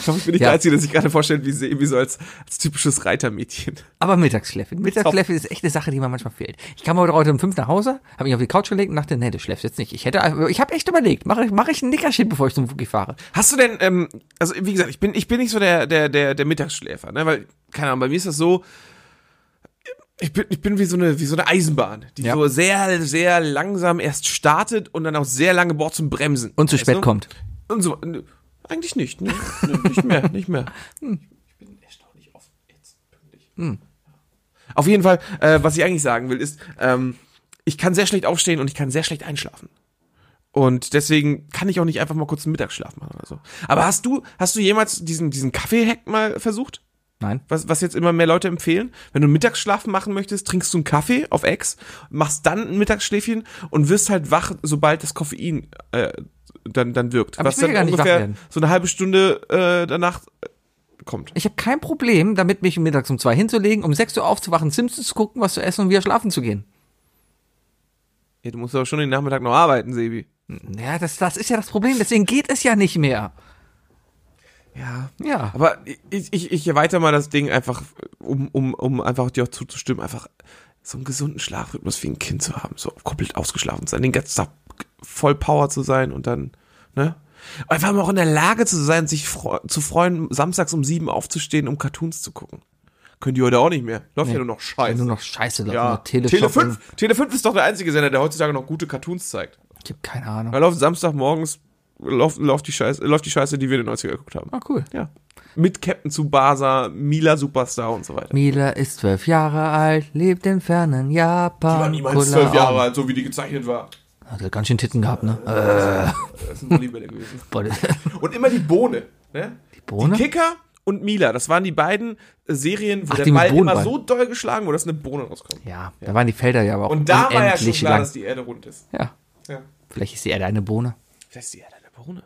C: ich hoffe, ich bin nicht
B: Ja.
C: der Einzige, der sich gerade vorstellt, wie, sie- wie so als, als typisches Reitermädchen.
B: Aber Mittagsschläfchen. Mittagsschläfchen ist echt eine Sache, die mir manchmal fehlt. Ich kam heute heute um fünf nach Hause, habe mich auf die Couch gelegt und dachte, nee, du schläfst jetzt nicht. Ich hätte, ich habe echt überlegt, mache ich, mach ich einen Nickershit, bevor ich zum Wookie fahre.
C: Hast du denn, ähm, also wie gesagt, ich bin, ich bin nicht so der, der, der, der Mittagsschläfer, ne? Weil, keine Ahnung, bei mir ist das so, ich bin, ich bin wie so eine, wie so eine Eisenbahn, die
B: Ja.
C: so sehr, sehr langsam erst startet und dann auch sehr lange braucht zum Bremsen.
B: Und zu
C: Weißt
B: spät
C: du?
B: kommt.
C: Und so, nö, eigentlich nicht, ne? Nö, nicht mehr, nicht mehr. Auf jeden Fall, äh, was ich eigentlich sagen will, ist, ähm, ich kann sehr schlecht aufstehen und ich kann sehr schlecht einschlafen. Und deswegen kann ich auch nicht einfach mal kurz einen Mittagsschlaf machen oder so. Aber hast du, hast du jemals diesen, diesen Kaffee-Hack mal versucht?
B: Nein.
C: Was, was jetzt immer mehr Leute empfehlen? Wenn du einen Mittagsschlaf machen möchtest, trinkst du einen Kaffee auf Ex, machst dann ein Mittagsschläfchen und wirst halt wach, sobald das Koffein äh, dann, dann wirkt.
B: Aber ich
C: was
B: will
C: dann
B: ja gar nicht wach
C: ungefähr
B: werden.
C: so eine halbe Stunde äh, danach äh, kommt.
B: Ich habe kein Problem, damit mich mittags um zwei hinzulegen, um sechs Uhr aufzuwachen, Simpsons zu gucken, was zu essen und wieder schlafen zu gehen.
C: Ja, du musst aber schon den Nachmittag noch arbeiten, Sebi.
B: Ja, das, das ist ja das Problem, deswegen geht es ja nicht mehr.
C: Ja.
B: Ja.
C: Aber ich, ich, ich erweitere mal das Ding einfach, um, um, um einfach dir auch zuzustimmen, einfach so einen gesunden Schlafrhythmus wie ein Kind zu haben, so komplett ausgeschlafen zu sein, den ganzen Tag voll Power zu sein und dann, ne? Einfach mal auch in der Lage zu sein, sich fre zu freuen, samstags um sieben aufzustehen, um Cartoons zu gucken. Können die heute auch nicht mehr. Läuft ja nur noch
B: Wenn
C: Scheiße.
B: nur noch scheiße läuft,
C: ja.
B: nur Tele,
C: Tele 5, Tele 5 ist doch der einzige Sender, der heutzutage noch gute Cartoons zeigt.
B: Ich habe keine Ahnung.
C: Da läuft Samstagmorgens, läuft, läuft, die Scheiße, läuft die Scheiße, die wir in den 90er geguckt haben.
B: Ah, cool.
C: Ja. Mit Captain Tsubasa, Mila Superstar und so weiter.
B: Mila ist zwölf Jahre alt, lebt im fernen Japan. Cooler Ort.
C: alt, so wie die gezeichnet war.
B: Hat er ganz schön Titten gehabt, ne? Äh, <laughs>
C: Das sind Volleybälle gewesen.
B: boah, das-
C: Und immer die Bohne. Ne? Die
B: Bohne?
C: Die Kicker und Mila. Das waren die beiden äh, Serien, wo
B: Ach,
C: der
B: die mit
C: Ball immer
B: Bohnenball.
C: so doll geschlagen wurde, dass eine Bohne rauskommt.
B: ja, da waren die Felder ja aber auch
C: Und da war ja schon
B: unendlich
C: klar,
B: lang.
C: dass die Erde rund ist.
B: Ja,
C: Ja.
B: vielleicht ist die Erde eine Bohne.
C: Vielleicht ist die Erde eine Bohne.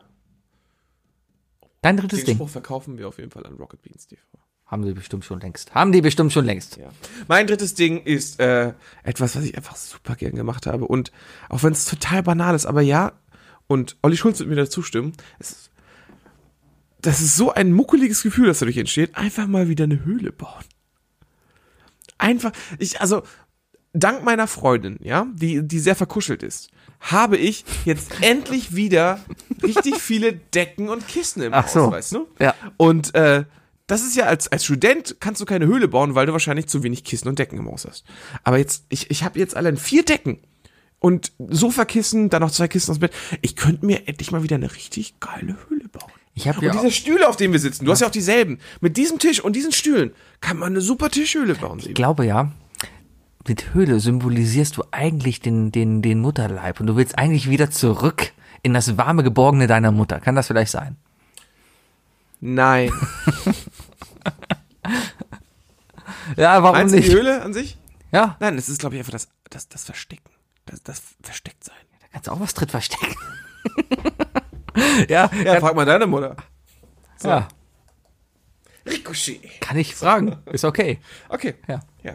B: Dein drittes
C: Den
B: Ding.
C: Spruch verkaufen wir auf jeden Fall an Rocket Beans TV.
B: Haben die bestimmt schon längst. Haben die bestimmt schon längst.
C: Ja. Mein drittes Ding ist äh, etwas, was ich einfach super gern gemacht habe. Und auch wenn es total banal ist, aber ja, und Olli Schulz wird mir dazu stimmen, es, ist- das ist so ein muckeliges Gefühl, das dadurch entsteht. Einfach mal wieder eine Höhle bauen. Einfach, ich, also, dank meiner Freundin, ja, die, die sehr verkuschelt ist, habe ich
B: <laughs>
C: jetzt endlich wieder richtig viele Decken und Kissen im
B: Ach
C: Haus,
B: so.
C: weißt du?
B: Ja.
C: Und äh, das ist ja als, als Student kannst du keine Höhle bauen, weil du wahrscheinlich zu wenig Kissen und Decken im Haus hast. Aber jetzt, ich, ich habe jetzt allein vier Decken und Sofakissen, dann noch zwei Kissen aus dem Bett. Ich könnte mir endlich mal wieder eine richtig geile Höhle bauen.
B: Ich hab
C: und
B: ja auch-
C: diese Stühle, auf denen wir sitzen, du hast ja auch dieselben. Mit diesem Tisch und diesen Stühlen kann man eine super Tischhöhle bauen.
B: Ich glaube ja, mit Höhle symbolisierst du eigentlich den, den, den Mutterleib und du willst eigentlich wieder zurück in das warme Geborgene deiner Mutter. Kann das vielleicht sein?
C: Nein.
B: Ja, warum
C: Meinst du die
B: nicht?
C: Höhle an sich?
B: Ja.
C: Nein, es ist, glaube ich, einfach das, das, das Verstecken. Das, das Verstecktsein.
B: Da kannst du auch was drin verstecken. <laughs> ja,
C: Ja,
B: ja,
C: frag mal deine Mutter.
B: ja,
C: Ricochet.
B: Ah, kann ich fragen. Ist okay.
C: Okay.
B: Ja.
C: Ja.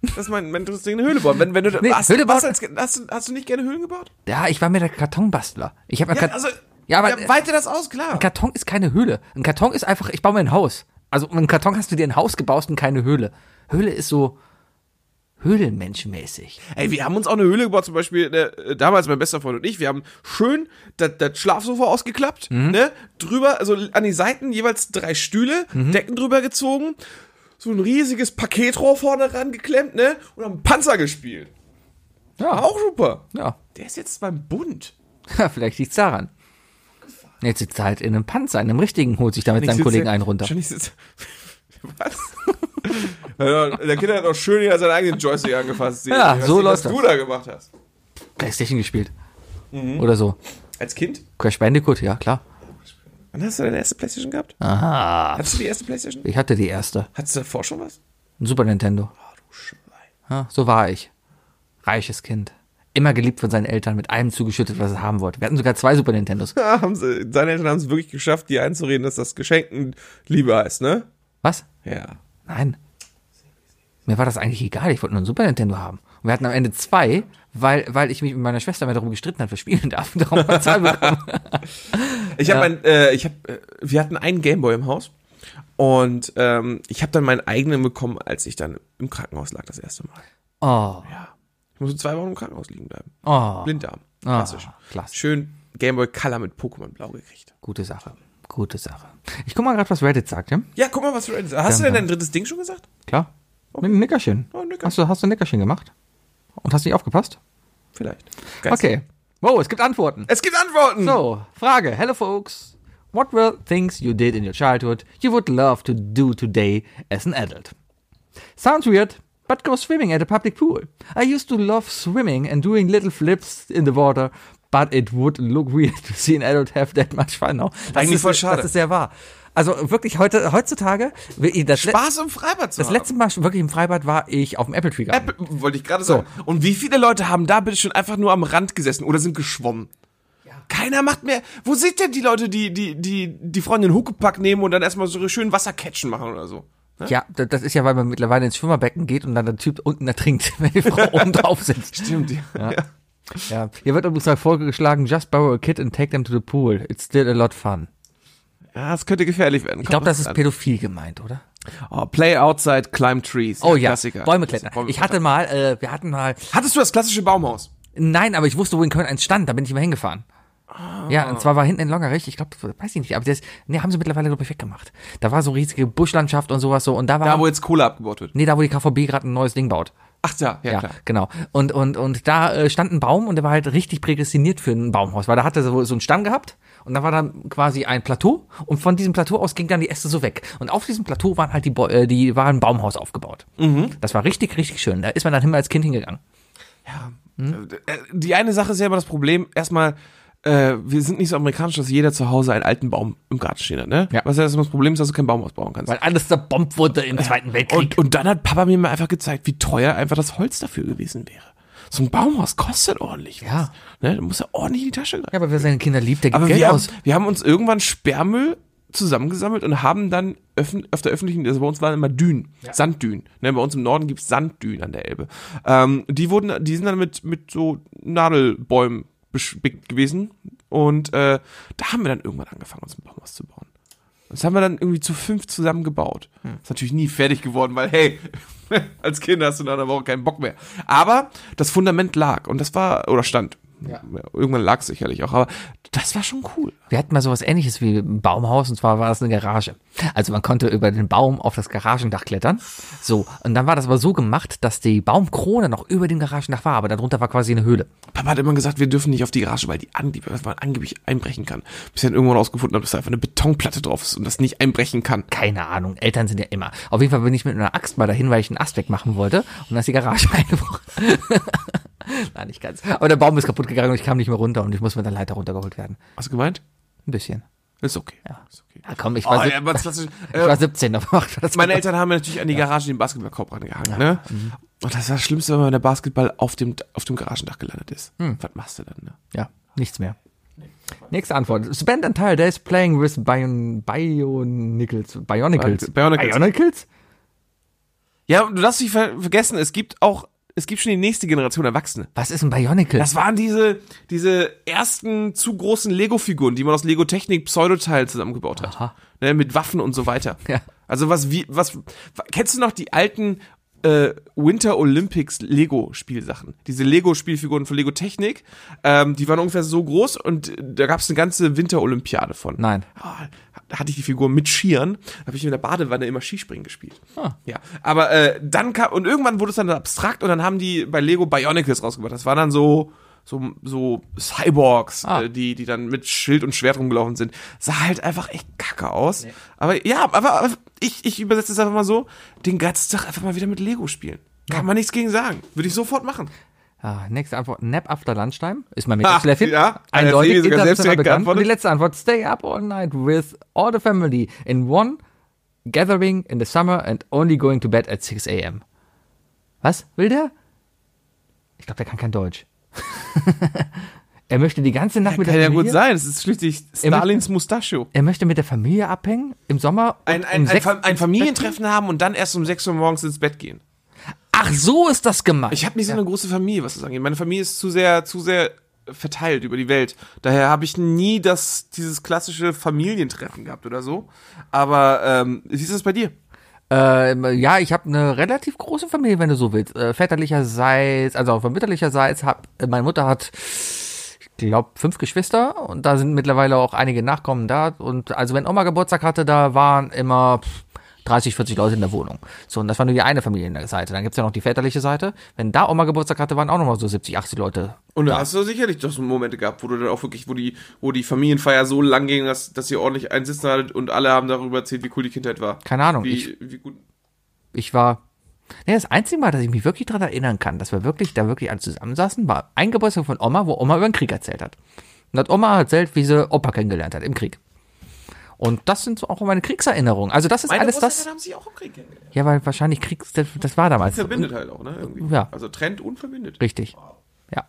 C: Das ist mein, mein drittes Ding, eine Höhle bauen. Wenn, wenn du,
B: Nee,
C: hast,
B: Höhle
C: hast,
B: bauen-
C: als, hast, du- hast du nicht gerne Höhlen gebaut?
B: Ja, ich war mir der Kartonbastler. Ich habe
C: Ja, also,
B: ja, aber äh,
C: weite das aus, klar.
B: ein Karton ist keine Höhle. Ein Karton ist einfach, ich baue mir ein Haus. Also ein Karton hast du dir ein Haus gebaut und keine Höhle. Höhle ist so höhlenmenschenmäßig.
C: Ey, wir haben uns auch eine Höhle gebaut, zum Beispiel äh, damals mein bester Freund und ich. Wir haben schön das, das Schlafsofa ausgeklappt,
B: Mhm.
C: ne? Drüber, also an die Seiten jeweils drei Stühle,
B: Mhm.
C: Decken drüber gezogen, so ein riesiges Paketrohr vorne rangeklemmt, ne? Und haben Panzer gespielt. War
B: Ja,
C: auch super.
B: ja. <laughs>
C: Der ist jetzt beim Bund.
B: ja vielleicht liegt's daran. Jetzt sitzt er halt in einem Panzer, in einem richtigen, holt sich da mit seinem
C: Ich sitze-
B: Kollegen einen runter.
C: Johnny sitzt- <laughs> Was? <laughs> Ja, Der Kind hat auch schön hier seinen eigenen Joystick angefasst.
B: Ja,
C: was
B: so
C: ich-
B: läuft das.
C: was du da gemacht hast.
B: Playstation gespielt.
C: Mhm.
B: Oder so.
C: Als Kind?
B: Crash Bandicoot, ja klar.
C: Wann hast du deine erste Playstation gehabt?
B: Aha.
C: Hattest du die erste Playstation?
B: Ich hatte die erste.
C: Hattest du davor schon was?
B: Ein Super Nintendo.
C: Oh, du Schwein.
B: Ja, so war ich. Reiches Kind. Immer geliebt von seinen Eltern, mit allem zugeschüttet, was er haben wollte. Wir hatten sogar zwei Super Nintendos.
C: Ja, haben sie, seine Eltern haben es wirklich geschafft, dir einzureden, dass das Geschenken Liebe heißt, ne?
B: Was?
C: Ja.
B: Nein. Mir war das eigentlich egal. Ich wollte nur ein Super Nintendo haben. Und wir hatten am Ende zwei, weil, weil ich mich mit meiner Schwester mehr darum gestritten habe, wir spielen darf. Und darum haben wir zwei bekommen.
C: <laughs> Ich habe mein, äh, ich habe, äh, wir hatten einen Gameboy im Haus und ähm, ich habe dann meinen eigenen bekommen, als ich dann im Krankenhaus lag das erste Mal.
B: Oh,
C: Ich musste zwei Wochen im Krankenhaus liegen bleiben.
B: oh.
C: Blinddarm.
B: Ah,
C: Klassisch.
B: klasse.
C: Schön Gameboy Color mit Pokémon Blau gekriegt.
B: Gute Sache. Gute Sache. Ich guck mal gerade, was Reddit sagt, ja?
C: Ja, guck mal, was du Hast du denn dein drittes Ding schon gesagt?
B: Klar. Mit dem Nickerchen.
C: Oh, ein Nickerchen.
B: Hast du, hast du ein Nickerchen gemacht? Und hast nicht aufgepasst?
C: Vielleicht.
B: Okay. Wow, es gibt Antworten.
C: Es gibt Antworten.
B: So, Frage. Hello, folks. What were things you did in your childhood you would love to do today as an adult? Sounds weird, but go swimming at a public pool. I used to love swimming and doing little flips in the water, but it would look <laughs> weird to see an adult have that much fun now. Das
C: Eigentlich
B: ist,
C: voll schade.
B: Das ist sehr wahr. Also wirklich heute, heutzutage, das, le-
C: Spaß im Freibad zu
B: das
C: haben.
B: letzte Mal wirklich im Freibad war ich auf dem Apple Tree Garden.
C: Apple, wollte ich gerade sagen. Und wie viele Leute haben da bitte schon einfach nur am Rand gesessen oder sind geschwommen? Keiner macht mehr. Wo sind denn die Leute, die die die die Freundin Huckepack nehmen und dann erstmal so schön Wassercatchen machen oder so?
B: Ja, da- das ist ja, weil man mittlerweile ins Schwimmerbecken geht und dann der Typ unten ertrinkt, <laughs> wenn die Frau oben drauf sitzt.
C: Stimmt. Ja.
B: Ja. Hier wird übrigens mal vorgeschlagen, just borrow a kid and take them to the pool. It's still a lot fun.
C: <laughs> ja, das könnte gefährlich werden.
B: Ich glaube, das ist pädophil gemeint, oder?
C: oh, Play outside, climb trees.
B: Oh ja,
C: Klassiker.
B: Bäume klettern. Ich hatte mal, äh, wir hatten mal,
C: Hattest du das klassische Baumhaus?
B: nein, aber ich wusste, wo in Köln eins stand, da bin ich immer hingefahren. Ja, und zwar war hinten in Longerich, ich glaube, weiß ich nicht, aber das, nee, haben sie mittlerweile, glaube ich, weggemacht. Da war so riesige Buschlandschaft und sowas so und da war,
C: Da, wo jetzt Kohle abgebaut wird.
B: nee, da wo die KVB gerade ein neues Ding baut.
C: Ach da, ja,
B: Ja,
C: klar.
B: genau. Und, und, und da äh, stand ein Baum und der war halt richtig prädestiniert für ein Baumhaus, weil da hatte er so, so einen Stamm gehabt und da war dann quasi ein Plateau und von diesem Plateau aus ging dann die Äste so weg. Und auf diesem Plateau waren halt die, Bäu- äh, die war ein Baumhaus aufgebaut.
C: Mhm.
B: Das war richtig, richtig schön. Da ist man dann immer als Kind hingegangen.
C: Äh, Die eine Sache ist ja immer das Problem, erstmal, äh, wir sind nicht so amerikanisch, dass jeder zu Hause einen alten Baum im Garten stehen hat, ne?
B: Ja.
C: Was ja erstmal das Problem ist, dass du kein Baumhaus bauen kannst.
B: Weil alles zerbombt wurde im Zweiten Weltkrieg.
C: Und, und dann hat Papa mir mal einfach gezeigt, wie teuer einfach das Holz dafür gewesen wäre. So ein Baumhaus kostet ordentlich. was.
B: Ja.
C: Ne, da muss er ordentlich in die Tasche greifen.
B: ja, aber wer seine Kinder liebt, der gibt
C: Aber
B: Geld
C: wir haben,
B: aus.
C: wir haben uns irgendwann Sperrmüll zusammengesammelt und haben dann öffn, auf der öffentlichen, also bei uns waren immer Dünen, Sanddünen. Ne, bei uns im Norden gibt's Sanddünen an der Elbe. Ähm, die wurden, die sind dann mit, mit so Nadelbäumen bespickt gewesen. Und äh, da haben wir dann irgendwann angefangen, uns ein Baumhaus zu bauen. Das haben wir dann irgendwie zu fünf zusammen gebaut. Ist natürlich nie fertig geworden, weil, hey, <laughs> als Kind hast du nach einer Woche keinen Bock mehr. Aber das Fundament lag und das war, oder stand. Irgendwann lag es sicherlich auch, aber das war schon cool.
B: Wir hatten mal sowas ähnliches wie ein Baumhaus und zwar war das eine Garage. Also man konnte über den Baum auf das Garagendach klettern. So, und dann war das aber so gemacht, dass die Baumkrone noch über dem Garagendach war, aber darunter war quasi eine Höhle.
C: Papa hat immer gesagt, wir dürfen nicht auf die Garage, weil die angeblich, weil man angeblich einbrechen kann. Bis ich dann irgendwann rausgefunden habe, dass da einfach eine Betonplatte drauf ist und das nicht einbrechen kann.
B: Keine Ahnung, Eltern sind ja immer. Auf jeden Fall bin ich mit einer Axt mal dahin, weil ich einen Ast wegmachen wollte und dann ist die Garage <laughs> eingebrochen. Nein, nicht ganz. Aber der Baum ist kaputt gegangen und ich kam nicht mehr runter und ich muss mit einer Leiter runtergeholt werden.
C: Hast du gemeint?
B: Ein bisschen.
C: Ist okay.
B: Ja.
C: Ist okay.
B: Ja, komm, ich
C: Oh,
B: war, sieb-
C: ja, aber das klassische,
B: ich war
C: äh,
B: 17, da macht das.
C: meine Eltern haben mir natürlich an die Garage den Basketballkorb rangehangen, ne? Und das war das Schlimmste, wenn man der Basketball auf dem, auf dem Garagendach gelandet ist. Was machst du dann, ne?
B: Ja, nichts mehr. Nächste Antwort. Spend entire days playing with Bion Bionicles. Bionicles.
C: Äh, Bionicles.
B: Bionicles?
C: Ja, und du darfst nicht ver vergessen, es gibt auch, es gibt schon die nächste Generation Erwachsene.
B: Was ist ein Bionicle?
C: Das waren diese, diese ersten zu großen Lego-Figuren, die man aus Lego-Technik-Pseudoteilen zusammengebaut hat.
B: Aha.
C: Ne, mit Waffen und so weiter.
B: <laughs> Ja.
C: Also was wie, was, kennst du noch die alten äh, Winter Olympics Lego-Spielsachen? Diese Lego-Spielfiguren von Lego-Technik, ähm, die waren ungefähr so groß und äh, da gab es eine ganze Winterolympiade von.
B: Nein.
C: Ah, da hatte ich die Figur mit Skiern, habe ich in der Badewanne immer Skispringen gespielt. Ja, aber äh, dann kam und irgendwann wurde es dann abstrakt und dann haben die bei Lego Bionicles rausgebracht. Das waren dann so so so Cyborgs,
B: Ah.
C: äh, die die dann mit Schild und Schwert rumgelaufen sind. Sah halt einfach echt kacke aus. Aber ja, aber aber ich ich übersetze es einfach mal so, den ganzen Tag einfach mal wieder mit Lego spielen. Kann man nichts gegen sagen. Würde ich sofort machen.
B: Ah, nächste Antwort. Nap after lunchtime. Ist mein
C: Ha,
B: Mittagsschläfchen.
C: ja.
B: Eindeutig
C: Hat er sogar selbst
B: international
C: direkt
B: bekannt. Und die
C: geantwortet?
B: letzte Antwort. Stay up all night with all the family in one gathering in the summer and only going to bed at 6 a.m. Was? Will der? Ich glaube, der kann kein Deutsch. <laughs> er möchte die ganze Nacht mit der
C: Äh, Kann ja
B: Familie...
C: gut sein. Es ist schließlich Stalins Mustachio.
B: Er möchte mit der Familie abhängen im Sommer. und
C: Ein,
B: um
C: ein, ein,
B: sechs-
C: Fa- ein Familientreffen haben und dann erst um 6 Uhr morgens ins Bett gehen.
B: Ach, so ist das gemacht.
C: Ich habe nicht so eine große Familie, was das angeht. Meine Familie ist zu sehr, zu sehr verteilt über die Welt. Daher habe ich nie das, dieses klassische Familientreffen gehabt oder so. Aber ähm, wie ist das bei dir?
B: Ähm, ja, ich habe eine relativ große Familie, wenn du so willst. Äh, väterlicherseits, also von mütterlicherseits, hab, äh, meine Mutter hat, ich glaube, fünf Geschwister und da sind mittlerweile auch einige Nachkommen da. Und also wenn Oma Geburtstag hatte, da waren immer pff, 30, 40 Leute in der Wohnung. So, und das war nur die eine Familienseite. Dann gibt's ja noch die väterliche Seite. Wenn da Oma Geburtstag hatte, waren auch nochmal so 70, 80 Leute.
C: Und da hast du sicherlich doch so Momente gehabt, wo du dann auch wirklich, wo die, wo die Familienfeier so lang ging, dass, dass ihr ordentlich einsitzen hattet und alle haben darüber erzählt, wie cool die Kindheit war.
B: Keine Ahnung,
C: Wie,
B: ich-
C: wie gut.
B: ich war. Nee, das einzige Mal, dass ich mich wirklich dran erinnern kann, dass wir wirklich da wirklich alle zusammensaßen, war ein Geburtstag von Oma, wo Oma über den Krieg erzählt hat. Und hat Oma erzählt, wie sie Opa kennengelernt hat im Krieg. Und das sind so auch meine Kriegserinnerungen. Also das ist alles das.
C: Großeltern haben sich auch im Krieg kennengelernt.
B: Ja, weil wahrscheinlich Kriegs, das, das war damals.
C: Verbindet halt auch, ne? Irgendwie.
B: Ja.
C: Also trennt und verbindet.
B: Richtig. Ja,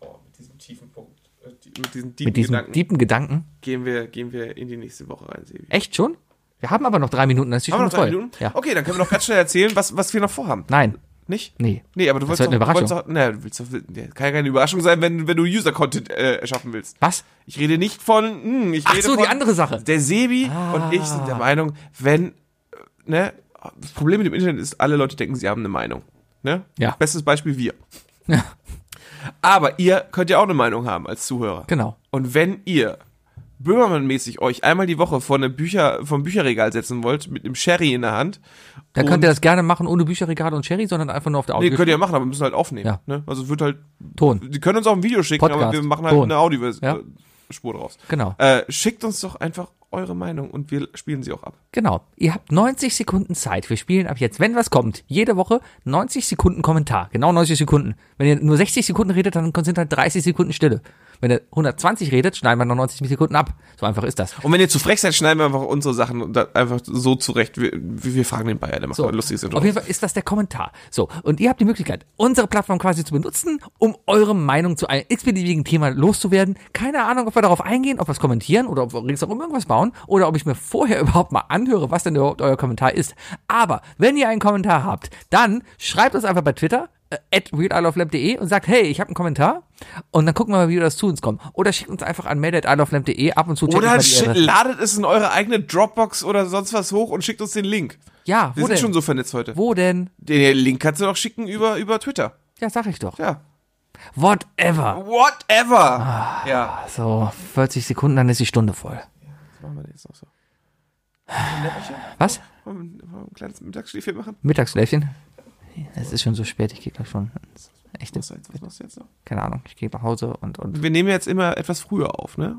C: Oh, Mit diesem tiefen Punkt. äh, die- Mit diesen
B: mit
C: tiefen
B: diesem
C: Gedanken
B: tiefen Gedanken.
C: gehen wir, gehen wir in die nächste Woche rein, Sebi.
B: Echt schon? Wir haben aber noch drei Minuten, das ist die
C: Haben wir
B: Stunde
C: noch drei
B: Äh, voll.
C: Minuten?
B: Ja.
C: Okay, dann können wir noch ganz schnell erzählen, was, was wir noch vorhaben.
B: Nein.
C: Nicht?
B: Nee.
C: Nee, aber du
B: Das
C: wolltest
B: wird
C: doch,
B: eine
C: du wolltest doch, ne, du willst doch, ne, kann ja keine Überraschung sein, wenn, wenn du User-Content äh, erschaffen willst.
B: Was?
C: Ich rede nicht von, hm, ich
B: Ach
C: rede
B: so,
C: von,
B: die andere Sache.
C: Also Der Sebi und ich
B: Ah.
C: sind der Meinung, wenn, äh, ne, das Problem mit dem Internet ist, alle Leute denken, sie haben eine Meinung. Ne?
B: Ja.
C: Bestes Beispiel wir.
B: Ja,
C: Aber ihr könnt ja auch eine Meinung haben als Zuhörer.
B: Genau.
C: Und wenn ihr Böhmermann-mäßig euch einmal die Woche vor eine Bücher, vom Bücherregal setzen wollt, mit einem Sherry in der Hand,
B: dann könnt
C: Und-
B: ihr das gerne machen ohne Bücherregale und Sherry, sondern einfach nur auf der
C: Nee,
B: Audio
C: könnt ihr ja machen, aber wir müssen halt aufnehmen.
B: Ja.
C: Ne? Also es wird halt.
B: Ton.
C: Die können uns auch ein Video schicken, aber
B: Podcast.
C: wir machen halt
B: Ton.
C: eine Audiospur
B: Ja.
C: Spur draus.
B: Genau.
C: Äh, schickt uns doch einfach eure Meinung und wir spielen sie auch ab.
B: Genau. Ihr habt 90 Sekunden Zeit. Wir spielen ab jetzt, wenn was kommt, jede Woche 90 Sekunden Kommentar. Genau 90 Sekunden. Wenn ihr nur 60 Sekunden redet, dann sind halt 30 Sekunden Stille. Wenn ihr 120 redet, schneiden wir noch 90 Sekunden ab. So einfach ist das.
C: Und wenn ihr zu frech seid, schneiden wir einfach unsere Sachen und da einfach so zurecht. Wir, wir wir fragen den Bayer, der macht
B: So.
C: mal ein lustiges Intro.
B: Auf jeden Fall ist das der Kommentar. So. Und ihr habt die Möglichkeit, unsere Plattform quasi zu benutzen, um eure Meinung zu einem x-beliebigen Thema loszuwerden. Keine Ahnung, ob wir darauf eingehen, ob wir es kommentieren oder ob wir ringsherum irgendwas bauen oder ob ich mir vorher <laughs> überhaupt mal anhöre, was denn überhaupt euer Kommentar ist. Aber wenn ihr einen Kommentar habt, dann schreibt uns einfach bei Twitter äh, at realilovelab.de und sagt, hey, ich habe einen Kommentar und dann gucken wir mal, wie wir das zu uns kommen. Oder schickt uns einfach an mail at realilovelab.de ab und zu checken wir
C: Oder
B: mal die
C: schi-
B: Adresse.
C: ladet es in eure eigene Dropbox oder sonst was hoch und schickt uns den Link.
B: Ja,
C: Wir
B: wo
C: sind
B: denn?
C: schon so vernetzt heute.
B: wo denn?
C: Den Link kannst du doch schicken über, über Twitter.
B: Ja, sag ich doch.
C: Ja.
B: Whatever.
C: Whatever.
B: Ah.
C: Ja.
B: So, 40 Sekunden, dann ist die Stunde voll.
C: Das machen wir jetzt noch so.
B: Was?
C: Wollen wir ein kleines Mittagsschläfchen machen?
B: Mittagsschläfchen? Es ist schon so spät, ich gehe gleich schon. ins- Echt,
C: Was jetzt? Was machst du jetzt noch?
B: keine Ahnung, ich gehe nach Hause und, und.
C: Wir nehmen jetzt immer etwas früher auf, ne?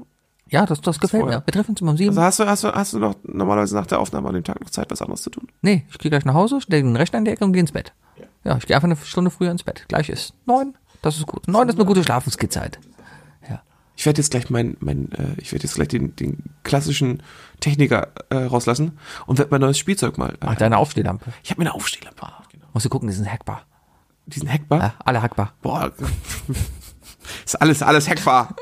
B: Ja, das, das gefällt
C: vorher.
B: mir. Wir treffen uns immer um sieben.
C: Also hast du, hast du, hast du noch normalerweise nach der Aufnahme an dem Tag noch Zeit, was anderes zu tun?
B: Nee, ich gehe gleich nach Hause, stelle den Rechner in die Ecke und gehe ins Bett. Ja, ich gehe einfach eine Stunde früher ins Bett. Gleich ist neun, das ist gut. Neun ist eine gute Schlafenskizzeit.
C: Ich ich werde jetzt gleich mein, mein äh, ich werde jetzt gleich den, den klassischen Techniker äh, rauslassen und werde mein neues Spielzeug mal. Äh,
B: Ach, deine Aufstehlampe.
C: ich habe mir eine Aufstehlampe. Genau.
B: Musst du gucken, die sind hackbar.
C: Diesen Hackbar.
B: Ja, alle hackbar.
C: Boah. <laughs> ist alles, alles hackbar.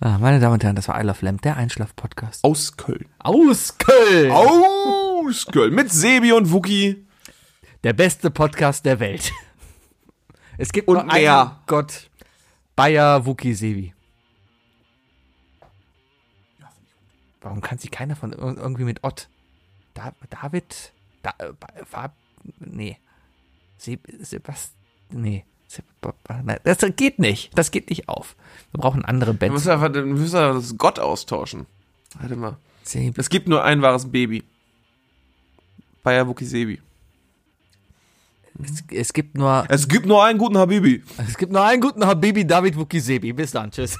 B: Ah, meine Damen und Herren, das war I Love Lamp, der Einschlaf-Podcast.
C: Aus Köln.
B: Aus Köln!
C: Aus Köln. Mit Sebi und Wookie.
B: Der beste Podcast der Welt. <laughs> Es gibt
C: Und
B: nur einen
C: mehr.
B: Gott. Bayer Wuki Sevi. Warum kann sich keiner von ir- irgendwie mit Ott? Da, David? Da, äh, Ba- Fab, nee. Seb, Sebastian. Nee. Seb, Ba- Ba- nein, das geht nicht. Das geht nicht auf. Wir brauchen andere
C: Wir
B: Bands.
C: müssen einfach, wir müssen einfach das Gott austauschen. Warte mal.
B: Seb,
C: Es gibt nur ein wahres Baby. Bayer Wookie Sebi.
B: es, es gibt nur
C: Es gibt nur einen guten Habibi. <laughs>
B: es gibt nur einen guten Habibi David Wuki Sebi. Bis dann. Tschüss.